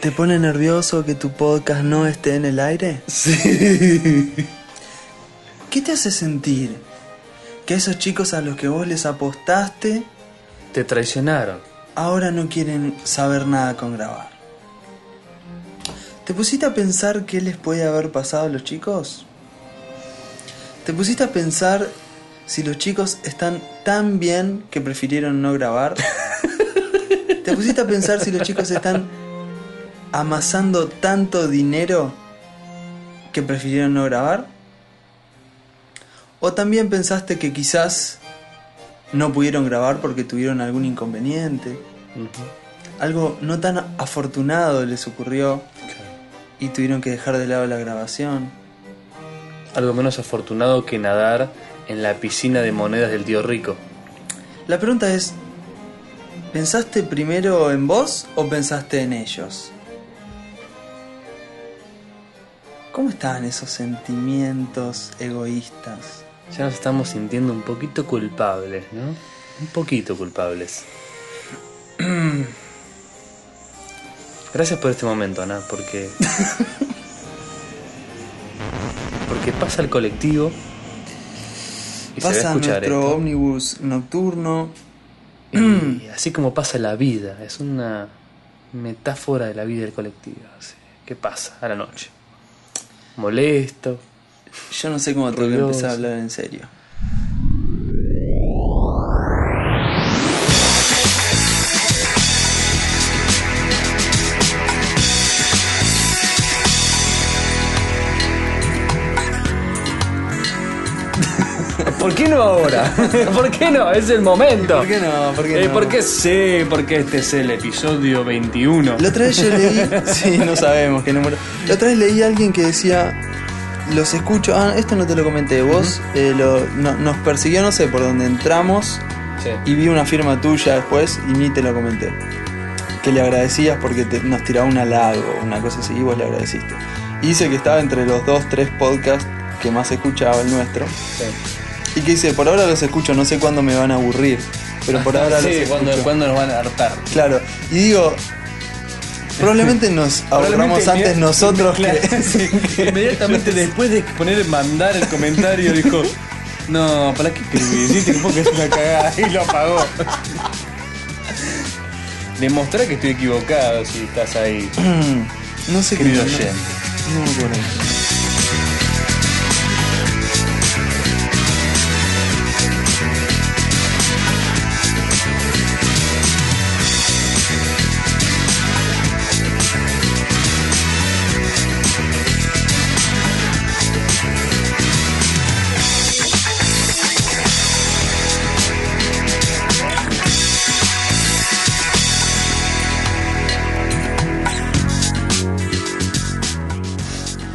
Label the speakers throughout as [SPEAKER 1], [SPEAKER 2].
[SPEAKER 1] ¿Te pone nervioso que tu podcast no esté en el aire?
[SPEAKER 2] Sí.
[SPEAKER 1] ¿Qué te hace sentir? ¿Que esos chicos a los que vos les apostaste
[SPEAKER 2] Te traicionaron.
[SPEAKER 1] ahora no quieren saber nada con grabar? ¿Te pusiste a pensar qué les puede haber pasado a los chicos? ¿Te pusiste a pensar si los chicos están tan bien que prefirieron no grabar? ¿Te pusiste a pensar si los chicos están amasando tanto dinero que prefirieron no grabar? ¿O también pensaste que quizás no pudieron grabar porque tuvieron algún inconveniente? Algo no tan afortunado les ocurrió y tuvieron que dejar de lado la grabación.
[SPEAKER 2] Algo menos afortunado que nadar en la piscina de monedas del tío rico.
[SPEAKER 1] La pregunta es, ¿pensaste primero en vos o pensaste en ellos? ¿Cómo estaban esos sentimientos egoístas?
[SPEAKER 2] Ya nos estamos sintiendo un poquito culpables, ¿no? Un poquito culpables. Gracias por este momento, Ana, porque. porque pasa el colectivo y se va a
[SPEAKER 1] Pasa
[SPEAKER 2] escuchar
[SPEAKER 1] nuestro
[SPEAKER 2] esto.
[SPEAKER 1] ómnibus nocturno.
[SPEAKER 2] Y así como pasa la vida, es una metáfora de la vida del colectivo. así, ¿Qué pasa a la noche? Molesto.
[SPEAKER 1] Yo no sé cómo tengo que
[SPEAKER 2] Ruidoso.
[SPEAKER 1] empezar a hablar en serio.
[SPEAKER 2] ¿Por qué no ahora? ¿Por qué no? Es el momento.
[SPEAKER 1] ¿Por qué no? ¿Por qué
[SPEAKER 2] Eh,
[SPEAKER 1] no?
[SPEAKER 2] porque sé, porque este es el episodio 21.
[SPEAKER 1] La otra vez yo leí. sí, no sabemos qué número. La otra vez leí a alguien que decía. Los escucho. Ah, esto no te lo comenté. Vos eh, lo- no- nos persiguió, no sé, por donde entramos.
[SPEAKER 2] Sí.
[SPEAKER 1] Y vi una firma tuya después y ni te lo comenté. Que le agradecías porque te- nos tiraba un halago, una cosa así, y vos le agradeciste. Y dice que estaba entre los dos, tres podcasts que más escuchaba el nuestro. Y que dice, por ahora los escucho, no sé cuándo me van a aburrir. Pero por ahora los
[SPEAKER 2] Sí,
[SPEAKER 1] escucho.
[SPEAKER 2] cuando, cuando nos van a hartar.
[SPEAKER 1] Claro, y digo, probablemente nos ahorramos
[SPEAKER 2] Probablemente
[SPEAKER 1] antes
[SPEAKER 2] inmedi-
[SPEAKER 1] nosotros
[SPEAKER 2] claro,
[SPEAKER 1] que...
[SPEAKER 2] sí, que Inmediatamente después de poner mandar el comentario dijo, no, ¿para qué escribí? Dijiste que es una cagada y lo apagó. Demostrar que estoy equivocado si estás ahí,
[SPEAKER 1] Mm, no sé qué...
[SPEAKER 2] querido
[SPEAKER 1] No,
[SPEAKER 2] oyente.
[SPEAKER 1] no me acuerdo.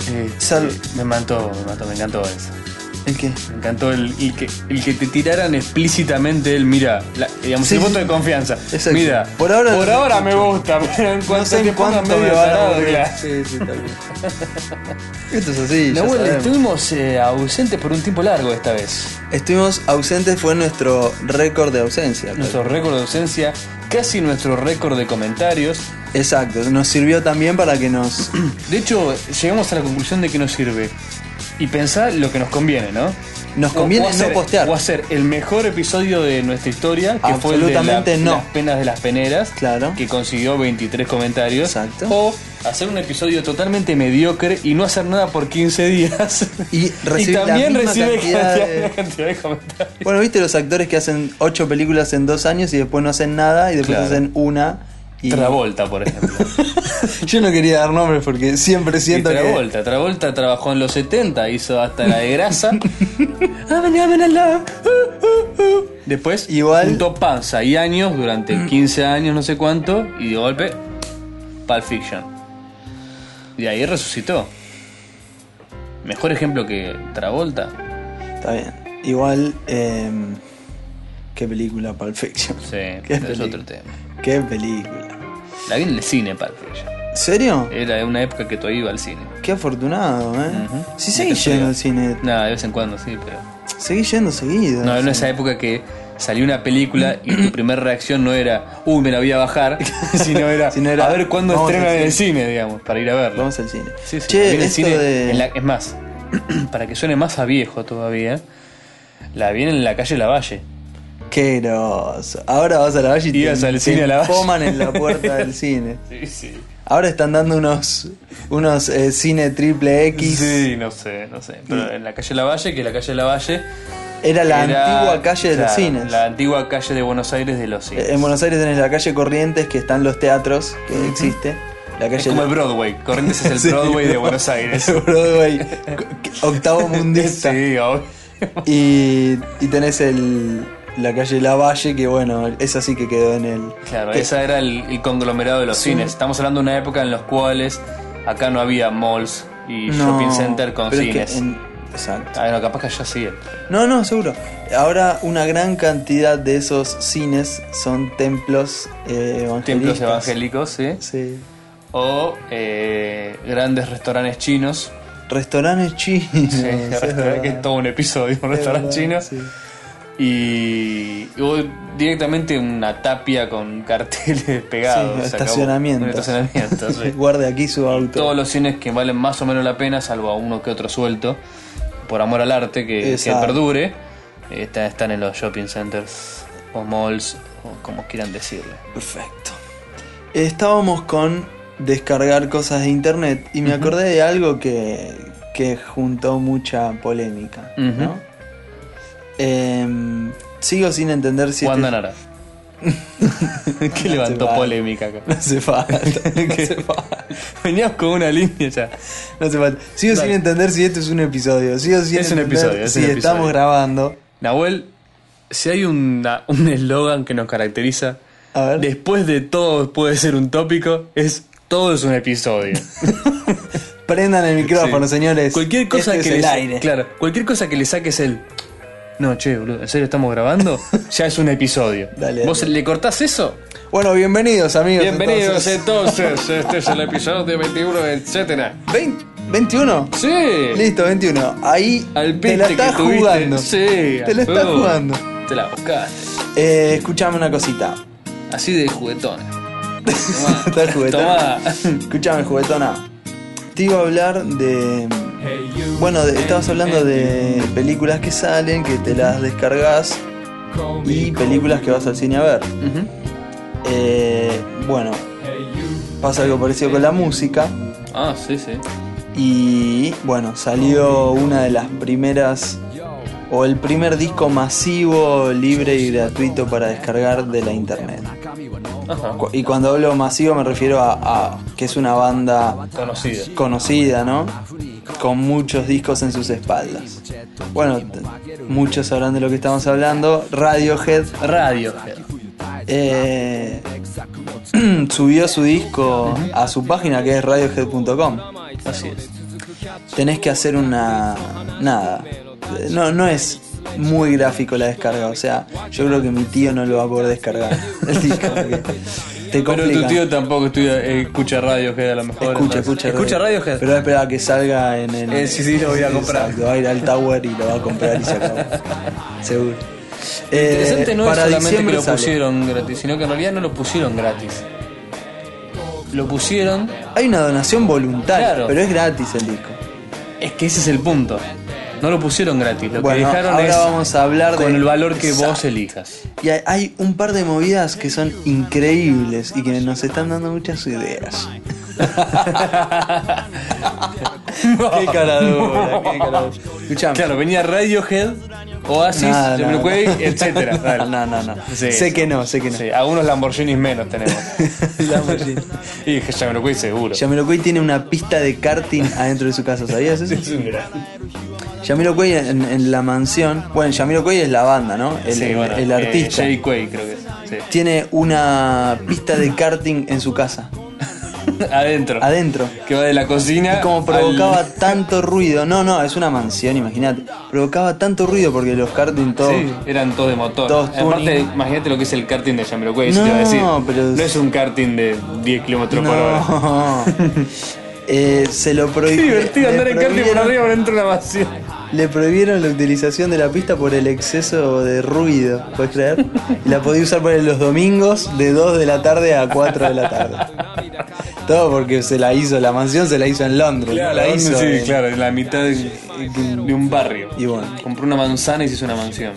[SPEAKER 2] Eh,
[SPEAKER 1] Sal-
[SPEAKER 2] Me mató, me mató, me encantó eso.
[SPEAKER 1] ¿El qué?
[SPEAKER 2] Me encantó el, y que, el que te tiraran explícitamente el, mira, la- digamos,
[SPEAKER 1] Sí,
[SPEAKER 2] el
[SPEAKER 1] sí,
[SPEAKER 2] voto de
[SPEAKER 1] sí.
[SPEAKER 2] confianza.
[SPEAKER 1] Exacto.
[SPEAKER 2] Mira,
[SPEAKER 1] Por ahora no lo
[SPEAKER 2] me gusta, pero en cuanto
[SPEAKER 1] No sé en
[SPEAKER 2] te pongas
[SPEAKER 1] cuánto me
[SPEAKER 2] medio
[SPEAKER 1] van a
[SPEAKER 2] tarado,
[SPEAKER 1] aburrir.
[SPEAKER 2] claro.
[SPEAKER 1] Sí, sí, tal vez. Esto es así, ya
[SPEAKER 2] Nahuel,
[SPEAKER 1] sabemos.
[SPEAKER 2] estuvimos eh, ausentes por un tiempo largo esta vez.
[SPEAKER 1] Estuvimos ausentes, fue nuestro récord de ausencia. tal
[SPEAKER 2] Nuestro récord de ausencia, casi nuestro récord de comentarios.
[SPEAKER 1] vez. Exacto, nos sirvió también para que nos...
[SPEAKER 2] De hecho, llegamos a la conclusión de que nos sirve. Y pensar lo que nos conviene, ¿no?
[SPEAKER 1] Nos
[SPEAKER 2] O-
[SPEAKER 1] conviene
[SPEAKER 2] o hacer-
[SPEAKER 1] no postear.
[SPEAKER 2] O hacer el mejor episodio de nuestra historia, que fue el de
[SPEAKER 1] Absolutamente
[SPEAKER 2] la-
[SPEAKER 1] no.
[SPEAKER 2] las penas de las peneras,
[SPEAKER 1] Claro.
[SPEAKER 2] que consiguió 23 comentarios.
[SPEAKER 1] Exacto.
[SPEAKER 2] O hacer un episodio totalmente mediocre y no hacer nada por 15 días.
[SPEAKER 1] Y recibir la
[SPEAKER 2] también
[SPEAKER 1] misma
[SPEAKER 2] recibe
[SPEAKER 1] cantidad de-
[SPEAKER 2] cantidad de comentarios.
[SPEAKER 1] Bueno, viste los actores que hacen ocho películas en dos años y después no hacen nada y después
[SPEAKER 2] Claro.
[SPEAKER 1] hacen una y...
[SPEAKER 2] Travolta, por ejemplo.
[SPEAKER 1] Yo no quería dar nombres porque siempre
[SPEAKER 2] Y
[SPEAKER 1] siento que...
[SPEAKER 2] Travolta, Travolta trabajó en los 70, hizo hasta la de grasa. Después
[SPEAKER 1] Igual- Mm.
[SPEAKER 2] juntó panza y años durante 15 años, no sé cuánto, y de golpe, Pulp Fiction. Y ahí resucitó. Mejor ejemplo que Travolta.
[SPEAKER 1] Está bien. Igual, em, qué película Pulp Fiction.
[SPEAKER 2] Sí,
[SPEAKER 1] Qué
[SPEAKER 2] es
[SPEAKER 1] película.
[SPEAKER 2] otro tema.
[SPEAKER 1] Qué película.
[SPEAKER 2] La vi en el cine, Pulp Fiction.
[SPEAKER 1] ¿En serio?
[SPEAKER 2] Era una época que todavía iba al cine.
[SPEAKER 1] Qué afortunado, ¿eh? Si
[SPEAKER 2] Ni
[SPEAKER 1] seguís
[SPEAKER 2] casualidad.
[SPEAKER 1] yendo al cine,
[SPEAKER 2] Nada, de vez en cuando sí, pero.
[SPEAKER 1] seguís yendo seguido.
[SPEAKER 2] No, en esa época que salió una película y tu primera reacción no era, uy, me la voy a bajar, sino era,
[SPEAKER 1] Sino era,
[SPEAKER 2] a ver cuándo
[SPEAKER 1] vamos
[SPEAKER 2] estrenan
[SPEAKER 1] al
[SPEAKER 2] en el cine, digamos, para ir a verlo.
[SPEAKER 1] Vamos al cine.
[SPEAKER 2] Sí, sí,
[SPEAKER 1] Che,
[SPEAKER 2] viene el
[SPEAKER 1] esto
[SPEAKER 2] cine
[SPEAKER 1] de.
[SPEAKER 2] en la- es más, para que suene más a viejo todavía, la viene en la calle Lavalle.
[SPEAKER 1] Qué groso. Ahora vas a la valle y
[SPEAKER 2] Ibas
[SPEAKER 1] te,
[SPEAKER 2] al
[SPEAKER 1] te
[SPEAKER 2] cine a la Valle.
[SPEAKER 1] empoman en la puerta del cine.
[SPEAKER 2] Sí, sí.
[SPEAKER 1] Ahora están dando unos unos eh, cine triple X.
[SPEAKER 2] Sí, no sé, no sé. Pero en la calle Lavalle, que la calle Lavalle.
[SPEAKER 1] Era la
[SPEAKER 2] era-
[SPEAKER 1] antigua calle de los
[SPEAKER 2] claro,
[SPEAKER 1] cines.
[SPEAKER 2] La antigua calle de Buenos Aires de los cines.
[SPEAKER 1] Eh, En Buenos Aires tenés la calle Corrientes, que están los teatros, que existe. La calle
[SPEAKER 2] es como el Broadway. Corrientes es el
[SPEAKER 1] Sí,
[SPEAKER 2] Broadway de
[SPEAKER 1] bro-
[SPEAKER 2] Buenos Aires.
[SPEAKER 1] el Broadway, co- octavo mundista.
[SPEAKER 2] Sí, obvio.
[SPEAKER 1] Y, y tenés el, la calle Lavalle, que bueno, esa sí que quedó en el.
[SPEAKER 2] Claro,
[SPEAKER 1] que-
[SPEAKER 2] ese era el, el conglomerado de los
[SPEAKER 1] Sí.
[SPEAKER 2] cines. Estamos hablando de una época en los cuales acá no había malls y shopping center con
[SPEAKER 1] pero es que
[SPEAKER 2] cines.
[SPEAKER 1] en- exacto.
[SPEAKER 2] Ah, no, capaz que allá sí.
[SPEAKER 1] No, no, seguro. Ahora una gran cantidad de esos cines son templos eh, evangelistas.
[SPEAKER 2] Templos evangélicos, sí.
[SPEAKER 1] Sí.
[SPEAKER 2] O eh, grandes restaurantes chinos.
[SPEAKER 1] Restaurantes chinos.
[SPEAKER 2] Sí,
[SPEAKER 1] es
[SPEAKER 2] restaurante-
[SPEAKER 1] verdad.
[SPEAKER 2] que es todo un episodio, un
[SPEAKER 1] Es
[SPEAKER 2] restaurante
[SPEAKER 1] verdad,
[SPEAKER 2] chino.
[SPEAKER 1] sí.
[SPEAKER 2] Y, y o directamente una tapia con carteles pegados.
[SPEAKER 1] Sí,
[SPEAKER 2] se acabó.
[SPEAKER 1] estacionamiento.
[SPEAKER 2] Un estacionamiento, sí.
[SPEAKER 1] Guarde aquí su auto.
[SPEAKER 2] Todos los cines que valen más o menos la pena, salvo a uno que otro suelto, por amor al arte que, que
[SPEAKER 1] Exacto.
[SPEAKER 2] perdure, eh, está- están en los shopping centers o malls, o como quieran decirle.
[SPEAKER 1] Perfecto. Estábamos con descargar cosas de internet y me acordé de algo que, que juntó mucha polémica,
[SPEAKER 2] Ujú.
[SPEAKER 1] ¿no? Em, sigo sin entender si...
[SPEAKER 2] Wanda
[SPEAKER 1] este-
[SPEAKER 2] Nara. que levantó
[SPEAKER 1] vale.
[SPEAKER 2] polémica acá.
[SPEAKER 1] no hace falta. No
[SPEAKER 2] Que-
[SPEAKER 1] hace falta.
[SPEAKER 2] Veníamos con una línea ya.
[SPEAKER 1] no hace falta. Sigo
[SPEAKER 2] Dale.
[SPEAKER 1] sin entender si esto es un episodio. Sigo sin
[SPEAKER 2] Es un
[SPEAKER 1] entender
[SPEAKER 2] episodio, es
[SPEAKER 1] si
[SPEAKER 2] un episodio.
[SPEAKER 1] estamos grabando.
[SPEAKER 2] Nahuel, si hay una- un eslogan que nos caracteriza,
[SPEAKER 1] A ver.
[SPEAKER 2] después de todo puede ser un tópico, es todo es un episodio.
[SPEAKER 1] Prendan el micrófono,
[SPEAKER 2] Sí.
[SPEAKER 1] señores.
[SPEAKER 2] Cualquier cosa
[SPEAKER 1] Este es
[SPEAKER 2] que le
[SPEAKER 1] el
[SPEAKER 2] sa-
[SPEAKER 1] aire.
[SPEAKER 2] Claro, cualquier cosa que le saques el. No, che, boludo, ¿en serio estamos grabando? ya es un episodio.
[SPEAKER 1] Dale,
[SPEAKER 2] ¿Vos
[SPEAKER 1] dale.
[SPEAKER 2] le cortás eso?
[SPEAKER 1] Bueno, bienvenidos, amigos.
[SPEAKER 2] Bienvenidos eh,
[SPEAKER 1] entonces.
[SPEAKER 2] entonces. este es el episodio 21, etcétera.
[SPEAKER 1] Vein- 21.
[SPEAKER 2] ¡Sí!
[SPEAKER 1] Listo, 21. Ahí
[SPEAKER 2] Al
[SPEAKER 1] te la
[SPEAKER 2] pinte
[SPEAKER 1] estás
[SPEAKER 2] que tuviste.
[SPEAKER 1] jugando.
[SPEAKER 2] Sí,
[SPEAKER 1] Te la
[SPEAKER 2] al
[SPEAKER 1] estás
[SPEAKER 2] juego.
[SPEAKER 1] jugando.
[SPEAKER 2] Te la buscaste.
[SPEAKER 1] Eh, escuchame una cosita.
[SPEAKER 2] Así de juguetona.
[SPEAKER 1] Estás juguetona.
[SPEAKER 2] Tomá.
[SPEAKER 1] Escuchame, juguetona. Te iba a hablar de. Bueno, de- estabas hablando de películas que salen, que te las descargas y películas que vas al cine a ver.
[SPEAKER 2] Ujú.
[SPEAKER 1] Eh, bueno, pasa algo parecido con la música.
[SPEAKER 2] Ah, sí, sí.
[SPEAKER 1] Y bueno, salió una de las primeras o el primer disco masivo, libre y gratuito para descargar de la internet.
[SPEAKER 2] Ajá.
[SPEAKER 1] Cu- Y cuando hablo masivo me refiero a, a que es una banda
[SPEAKER 2] Conocida.
[SPEAKER 1] conocida, ¿no? Con muchos discos en sus espaldas. Bueno, t- muchos sabrán de lo que estamos hablando. Radiohead
[SPEAKER 2] Radio.
[SPEAKER 1] eh, subió su disco a su página que es radiohead.com.
[SPEAKER 2] Así es.
[SPEAKER 1] tenés que hacer una. Nada. No, no es muy gráfico la descarga. O sea, yo creo que mi tío no lo va a poder descargar. El disco, porque te
[SPEAKER 2] Pero
[SPEAKER 1] complica.
[SPEAKER 2] tu tío tampoco estudia, eh, escucha radio, que a lo mejor.
[SPEAKER 1] Escucha,
[SPEAKER 2] entonces.
[SPEAKER 1] escucha,
[SPEAKER 2] escucha radio, que
[SPEAKER 1] Pero va a esperar a que salga en el.
[SPEAKER 2] Eh, sí, sí, lo voy a comprar.
[SPEAKER 1] Exacto, va a ir al Tower y lo va a comprar y se acabó. Seguro. Eh,
[SPEAKER 2] interesante no es
[SPEAKER 1] para
[SPEAKER 2] solamente que
[SPEAKER 1] diciembre
[SPEAKER 2] lo
[SPEAKER 1] sale.
[SPEAKER 2] pusieron gratis, sino que en realidad no lo pusieron gratis. Lo pusieron.
[SPEAKER 1] Hay una donación voluntaria,
[SPEAKER 2] Claro.
[SPEAKER 1] pero es gratis el disco.
[SPEAKER 2] Es que ese es el punto. No lo pusieron gratis. Lo
[SPEAKER 1] Bueno,
[SPEAKER 2] que dejaron
[SPEAKER 1] ahora
[SPEAKER 2] es
[SPEAKER 1] vamos a hablar
[SPEAKER 2] con
[SPEAKER 1] de-
[SPEAKER 2] el valor que vos
[SPEAKER 1] Exacto.
[SPEAKER 2] elijas.
[SPEAKER 1] Y hay, hay un par de movidas que son increíbles y que nos están dando muchas ideas. Qué caradura, qué caradura. Escuchame.
[SPEAKER 2] Claro, venía Radiohead, Oasis,
[SPEAKER 1] Nada,
[SPEAKER 2] Jamiroquai,
[SPEAKER 1] nada.
[SPEAKER 2] etcétera. Dale.
[SPEAKER 1] No, no, no.
[SPEAKER 2] Sí,
[SPEAKER 1] sé
[SPEAKER 2] sí.
[SPEAKER 1] que no, sé que no.
[SPEAKER 2] Sí, algunos Lamborghinis menos tenemos.
[SPEAKER 1] Lamborghini.
[SPEAKER 2] y Jamiroquai seguro.
[SPEAKER 1] Yamiroquai tiene una pista de karting adentro de su casa, ¿sabías eso?
[SPEAKER 2] Es un gran-
[SPEAKER 1] Yamiroquai en, en la mansión. Bueno, Yamiroquai es la banda, ¿no? El,
[SPEAKER 2] Sí, bueno,
[SPEAKER 1] el artista.
[SPEAKER 2] Eh, Jay Quay, creo que es. Sí.
[SPEAKER 1] tiene una pista de karting en su casa,
[SPEAKER 2] Adentro.
[SPEAKER 1] adentro.
[SPEAKER 2] que va de la cocina.
[SPEAKER 1] Y como provocaba
[SPEAKER 2] al-
[SPEAKER 1] tanto ruido, no, no, es una mansión, imagínate. Provocaba tanto ruido porque los karting todos.
[SPEAKER 2] Sí, eran todos de motor.
[SPEAKER 1] Todos
[SPEAKER 2] Aparte,
[SPEAKER 1] tuning.
[SPEAKER 2] imagínate lo que es el karting de Jamiroquai, eso te iba a
[SPEAKER 1] No,
[SPEAKER 2] decir.
[SPEAKER 1] pero-
[SPEAKER 2] No es un karting de 10 kilómetros por hora.
[SPEAKER 1] No. Eh, se lo
[SPEAKER 2] Qué
[SPEAKER 1] prohibió.
[SPEAKER 2] divertido andar en karting por arriba dentro de una vacía.
[SPEAKER 1] Le prohibieron la utilización de la pista por el exceso de ruido, ¿puedes creer? Y la podía usar para los domingos de 2 de la tarde a 4 de la tarde. Todo porque se la hizo, la mansión se la hizo en Londres. no la hizo
[SPEAKER 2] sí,
[SPEAKER 1] en-
[SPEAKER 2] claro, en la mitad de, de un barrio.
[SPEAKER 1] Y bueno.
[SPEAKER 2] Compró una manzana y se hizo una mansión.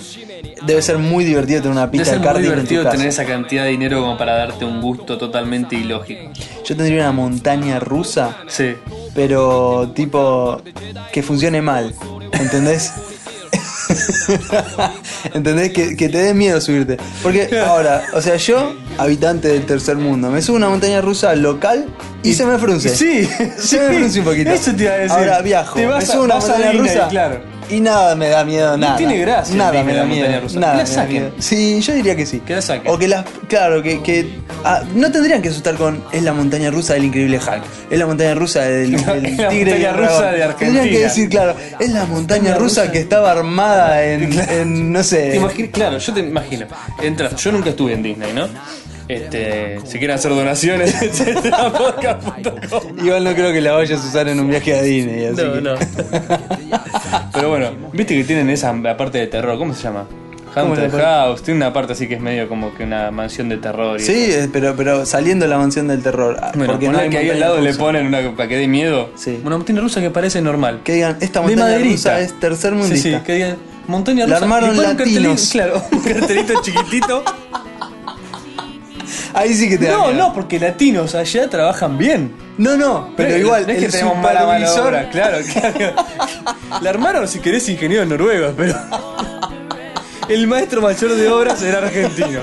[SPEAKER 1] Debe ser muy divertido tener una
[SPEAKER 2] Debe
[SPEAKER 1] pista
[SPEAKER 2] ser
[SPEAKER 1] de
[SPEAKER 2] muy
[SPEAKER 1] karting en tu
[SPEAKER 2] divertido
[SPEAKER 1] casa.
[SPEAKER 2] tener esa cantidad de dinero como para darte un gusto totalmente ilógico.
[SPEAKER 1] Yo tendría una montaña rusa,
[SPEAKER 2] Sí.
[SPEAKER 1] pero tipo que funcione mal, ¿entendés? ¿Entendés? Que, que te dé miedo subirte. Porque ahora, o sea, yo, habitante del tercer mundo, me subo a una montaña rusa local y, se me frunce.
[SPEAKER 2] sí,
[SPEAKER 1] se me
[SPEAKER 2] sí,
[SPEAKER 1] frunce un poquito.
[SPEAKER 2] eso te iba a decir.
[SPEAKER 1] Ahora viajo,
[SPEAKER 2] Te
[SPEAKER 1] me
[SPEAKER 2] vas a-
[SPEAKER 1] subo a una
[SPEAKER 2] vas a
[SPEAKER 1] montaña
[SPEAKER 2] Disney,
[SPEAKER 1] rusa
[SPEAKER 2] claro.
[SPEAKER 1] y nada me da miedo, nada.
[SPEAKER 2] tiene gracia el
[SPEAKER 1] Nada
[SPEAKER 2] meme
[SPEAKER 1] me
[SPEAKER 2] de
[SPEAKER 1] da
[SPEAKER 2] la
[SPEAKER 1] miedo.
[SPEAKER 2] montaña rusa.
[SPEAKER 1] Nada
[SPEAKER 2] Que la
[SPEAKER 1] me da
[SPEAKER 2] saquen.
[SPEAKER 1] miedo. Sí, yo diría que sí.
[SPEAKER 2] Que la saquen.
[SPEAKER 1] O que las. Claro, que. que- ah, no tendrían que asustar con. Es la montaña rusa del increíble Hulk. Es la montaña rusa del,
[SPEAKER 2] No,
[SPEAKER 1] del
[SPEAKER 2] es la
[SPEAKER 1] tigre. y el
[SPEAKER 2] montaña
[SPEAKER 1] dragón.
[SPEAKER 2] rusa de
[SPEAKER 1] Tendrían que
[SPEAKER 2] Argentina.
[SPEAKER 1] decir, claro. Es la montaña rusa que estaba armada en. en, no
[SPEAKER 2] ¿Te
[SPEAKER 1] sé.
[SPEAKER 2] imaginas? Claro, yo te imagino. Entras, yo nunca estuve en Disney, ¿no? Este, si quieren hacer donaciones, etcétera, podcast.com.
[SPEAKER 1] Igual no creo que la vayas a usar en un viaje a Disney. Así
[SPEAKER 2] No,
[SPEAKER 1] que-
[SPEAKER 2] no. Pero bueno, viste que tienen esa la parte de terror, ¿cómo se llama?
[SPEAKER 1] ¿Cómo es la
[SPEAKER 2] Haunted
[SPEAKER 1] parte?
[SPEAKER 2] House, tiene una parte así que es medio como que una mansión de terror. y-
[SPEAKER 1] Sí, eh, pero, pero saliendo de la mansión del terror. ah,
[SPEAKER 2] bueno,
[SPEAKER 1] porque
[SPEAKER 2] porque
[SPEAKER 1] no hay
[SPEAKER 2] que ahí al
[SPEAKER 1] montaña
[SPEAKER 2] lado le
[SPEAKER 1] rusa.
[SPEAKER 2] ponen una para que dé miedo.
[SPEAKER 1] Sí.
[SPEAKER 2] Una montaña rusa que parece normal.
[SPEAKER 1] Que digan, esta
[SPEAKER 2] de
[SPEAKER 1] montaña
[SPEAKER 2] maderita.
[SPEAKER 1] rusa es tercer mundista.
[SPEAKER 2] Sí, sí, que digan, montaña
[SPEAKER 1] La
[SPEAKER 2] rusa.
[SPEAKER 1] armaron
[SPEAKER 2] y ponen un cartelito-
[SPEAKER 1] latinos.
[SPEAKER 2] claro, un cartelito chiquitito.
[SPEAKER 1] Ahí sí que te da
[SPEAKER 2] No,
[SPEAKER 1] miedo.
[SPEAKER 2] no, porque latinos allá trabajan bien.
[SPEAKER 1] No, no, pero igual,
[SPEAKER 2] no es que
[SPEAKER 1] el
[SPEAKER 2] tenemos mala mano de
[SPEAKER 1] supervisor-
[SPEAKER 2] obra, claro, claro. La armaron si querés ingenieros noruegos, pero. El maestro mayor de obras era argentino.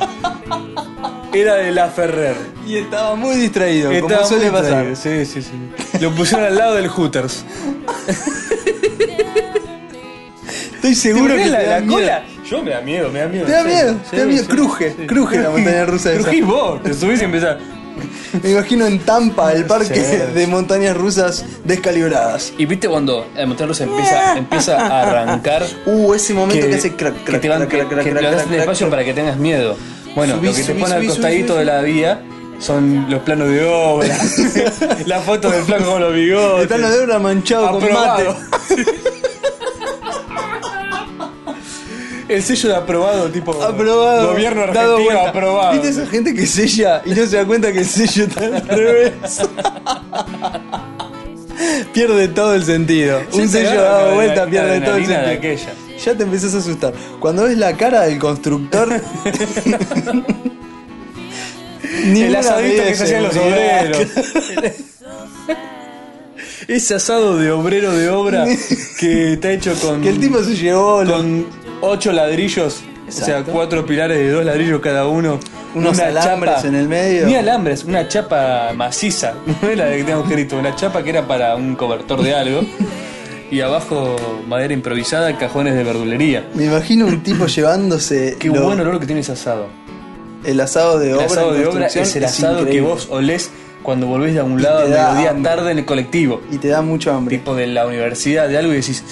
[SPEAKER 2] Era de la Ferrer.
[SPEAKER 1] Y estaba muy distraído,
[SPEAKER 2] Estaba
[SPEAKER 1] como suele
[SPEAKER 2] muy
[SPEAKER 1] pasar.
[SPEAKER 2] traído, Sí, sí, sí. Lo pusieron al lado del Hooters.
[SPEAKER 1] Estoy seguro que
[SPEAKER 2] ¿Te
[SPEAKER 1] te
[SPEAKER 2] la,
[SPEAKER 1] da
[SPEAKER 2] la
[SPEAKER 1] miedo.
[SPEAKER 2] cola? Yo me da miedo, me da miedo.
[SPEAKER 1] Te da
[SPEAKER 2] en serio.
[SPEAKER 1] miedo, te da miedo. Cruje, cruje la montaña rusa esa.
[SPEAKER 2] Crujís vos, te subís y empezás.
[SPEAKER 1] Me imagino en Tampa, el parque
[SPEAKER 2] Sí.
[SPEAKER 1] de montañas rusas descalibradas.
[SPEAKER 2] Y viste cuando la montaña rusa empieza, empieza a arrancar.
[SPEAKER 1] Uh, ese momento que, hace crack, crack,
[SPEAKER 2] que te van,
[SPEAKER 1] crack,
[SPEAKER 2] que-
[SPEAKER 1] crack,
[SPEAKER 2] que te
[SPEAKER 1] crack,
[SPEAKER 2] lo
[SPEAKER 1] crack,
[SPEAKER 2] hacen despacio para que tengas miedo. Bueno,
[SPEAKER 1] Subí,
[SPEAKER 2] lo que te
[SPEAKER 1] subí,
[SPEAKER 2] ponen
[SPEAKER 1] subí,
[SPEAKER 2] al
[SPEAKER 1] subí,
[SPEAKER 2] costadito
[SPEAKER 1] subí,
[SPEAKER 2] de la vía son los planos de obra, la foto del flaco con los bigotes.
[SPEAKER 1] Están los deudas manchados con mate.
[SPEAKER 2] aprobado. El sello de aprobado, tipo
[SPEAKER 1] Aprobado.
[SPEAKER 2] gobierno
[SPEAKER 1] dado
[SPEAKER 2] argentino
[SPEAKER 1] vuelta.
[SPEAKER 2] aprobado.
[SPEAKER 1] ¿Viste esa gente que sella y no se da cuenta que el sello está al revés? pierde todo el sentido.
[SPEAKER 2] Sí,
[SPEAKER 1] Un
[SPEAKER 2] te
[SPEAKER 1] sello
[SPEAKER 2] agarra
[SPEAKER 1] dado
[SPEAKER 2] la-
[SPEAKER 1] vuelta
[SPEAKER 2] la
[SPEAKER 1] pierde todo el
[SPEAKER 2] adrenalina
[SPEAKER 1] sentido.
[SPEAKER 2] de aquella.
[SPEAKER 1] Ya te empezás a asustar. Cuando ves la cara del constructor.
[SPEAKER 2] el
[SPEAKER 1] ninguna
[SPEAKER 2] asadito
[SPEAKER 1] medida de
[SPEAKER 2] que se hacían los
[SPEAKER 1] seguridad.
[SPEAKER 2] obreros. Ese asado de obrero de obra que está hecho con
[SPEAKER 1] Que el tipo se llevó los-
[SPEAKER 2] con ocho ladrillos, o sea,
[SPEAKER 1] Exacto.
[SPEAKER 2] cuatro pilares de dos ladrillos cada uno.
[SPEAKER 1] Unos alambres en el medio.
[SPEAKER 2] Ni alambres, una chapa maciza. No era de que tenga agujerito, una chapa que era para un cobertor de algo. y abajo madera improvisada, cajones de verdulería.
[SPEAKER 1] Me imagino un tipo llevándose
[SPEAKER 2] Qué
[SPEAKER 1] lo-
[SPEAKER 2] buen olor que tiene ese asado.
[SPEAKER 1] el asado de
[SPEAKER 2] El
[SPEAKER 1] obra.
[SPEAKER 2] asado
[SPEAKER 1] en
[SPEAKER 2] de obra
[SPEAKER 1] construcción,
[SPEAKER 2] es el asado que
[SPEAKER 1] increíble.
[SPEAKER 2] vos olés cuando volvés de algún lado
[SPEAKER 1] te
[SPEAKER 2] al
[SPEAKER 1] da
[SPEAKER 2] mediodía
[SPEAKER 1] hambre.
[SPEAKER 2] tarde en el colectivo.
[SPEAKER 1] Y te da mucho hambre.
[SPEAKER 2] Tipo de la universidad, de algo y decís,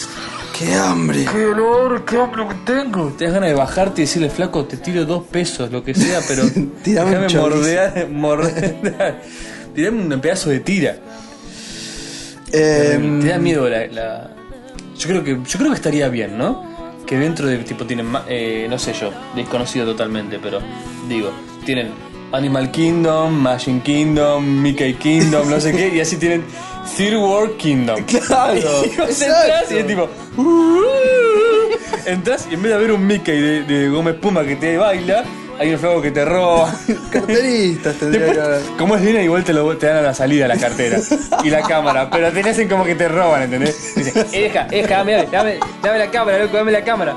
[SPEAKER 1] ¡Qué hambre!
[SPEAKER 2] ¡Qué olor, qué hambre que tengo! Te das ganas de bajarte y decirle, flaco, te tiro dos pesos, lo que sea, pero
[SPEAKER 1] Tirame un
[SPEAKER 2] déjame
[SPEAKER 1] chorizo.
[SPEAKER 2] mordear, morder, tirame un pedazo de tira.
[SPEAKER 1] Em,
[SPEAKER 2] Te da miedo la, la- Yo creo que yo creo que estaría bien, ¿no? Que dentro de tipo tienen ma- eh, no sé yo, desconocido totalmente, pero digo, tienen Animal Kingdom, Machine Kingdom, Mickey Kingdom, no sé qué, y así tienen Third World Kingdom.
[SPEAKER 1] Claro,
[SPEAKER 2] Y vos entras
[SPEAKER 1] exacto.
[SPEAKER 2] y es tipo. "Uh-huh". Entras y en vez de ver un Mickey de, de Gómez Puma que te baila, hay un flaco que te roba.
[SPEAKER 1] Carteristas tendría que
[SPEAKER 2] Después,
[SPEAKER 1] haber.
[SPEAKER 2] como es dinero, igual te, lo, te dan a la salida la cartera y la cámara, pero te hacen como que te roban, ¿entendés? Dicen, eh, deja, eh, deja, dame, dame, dame la cámara, loco, dame la cámara.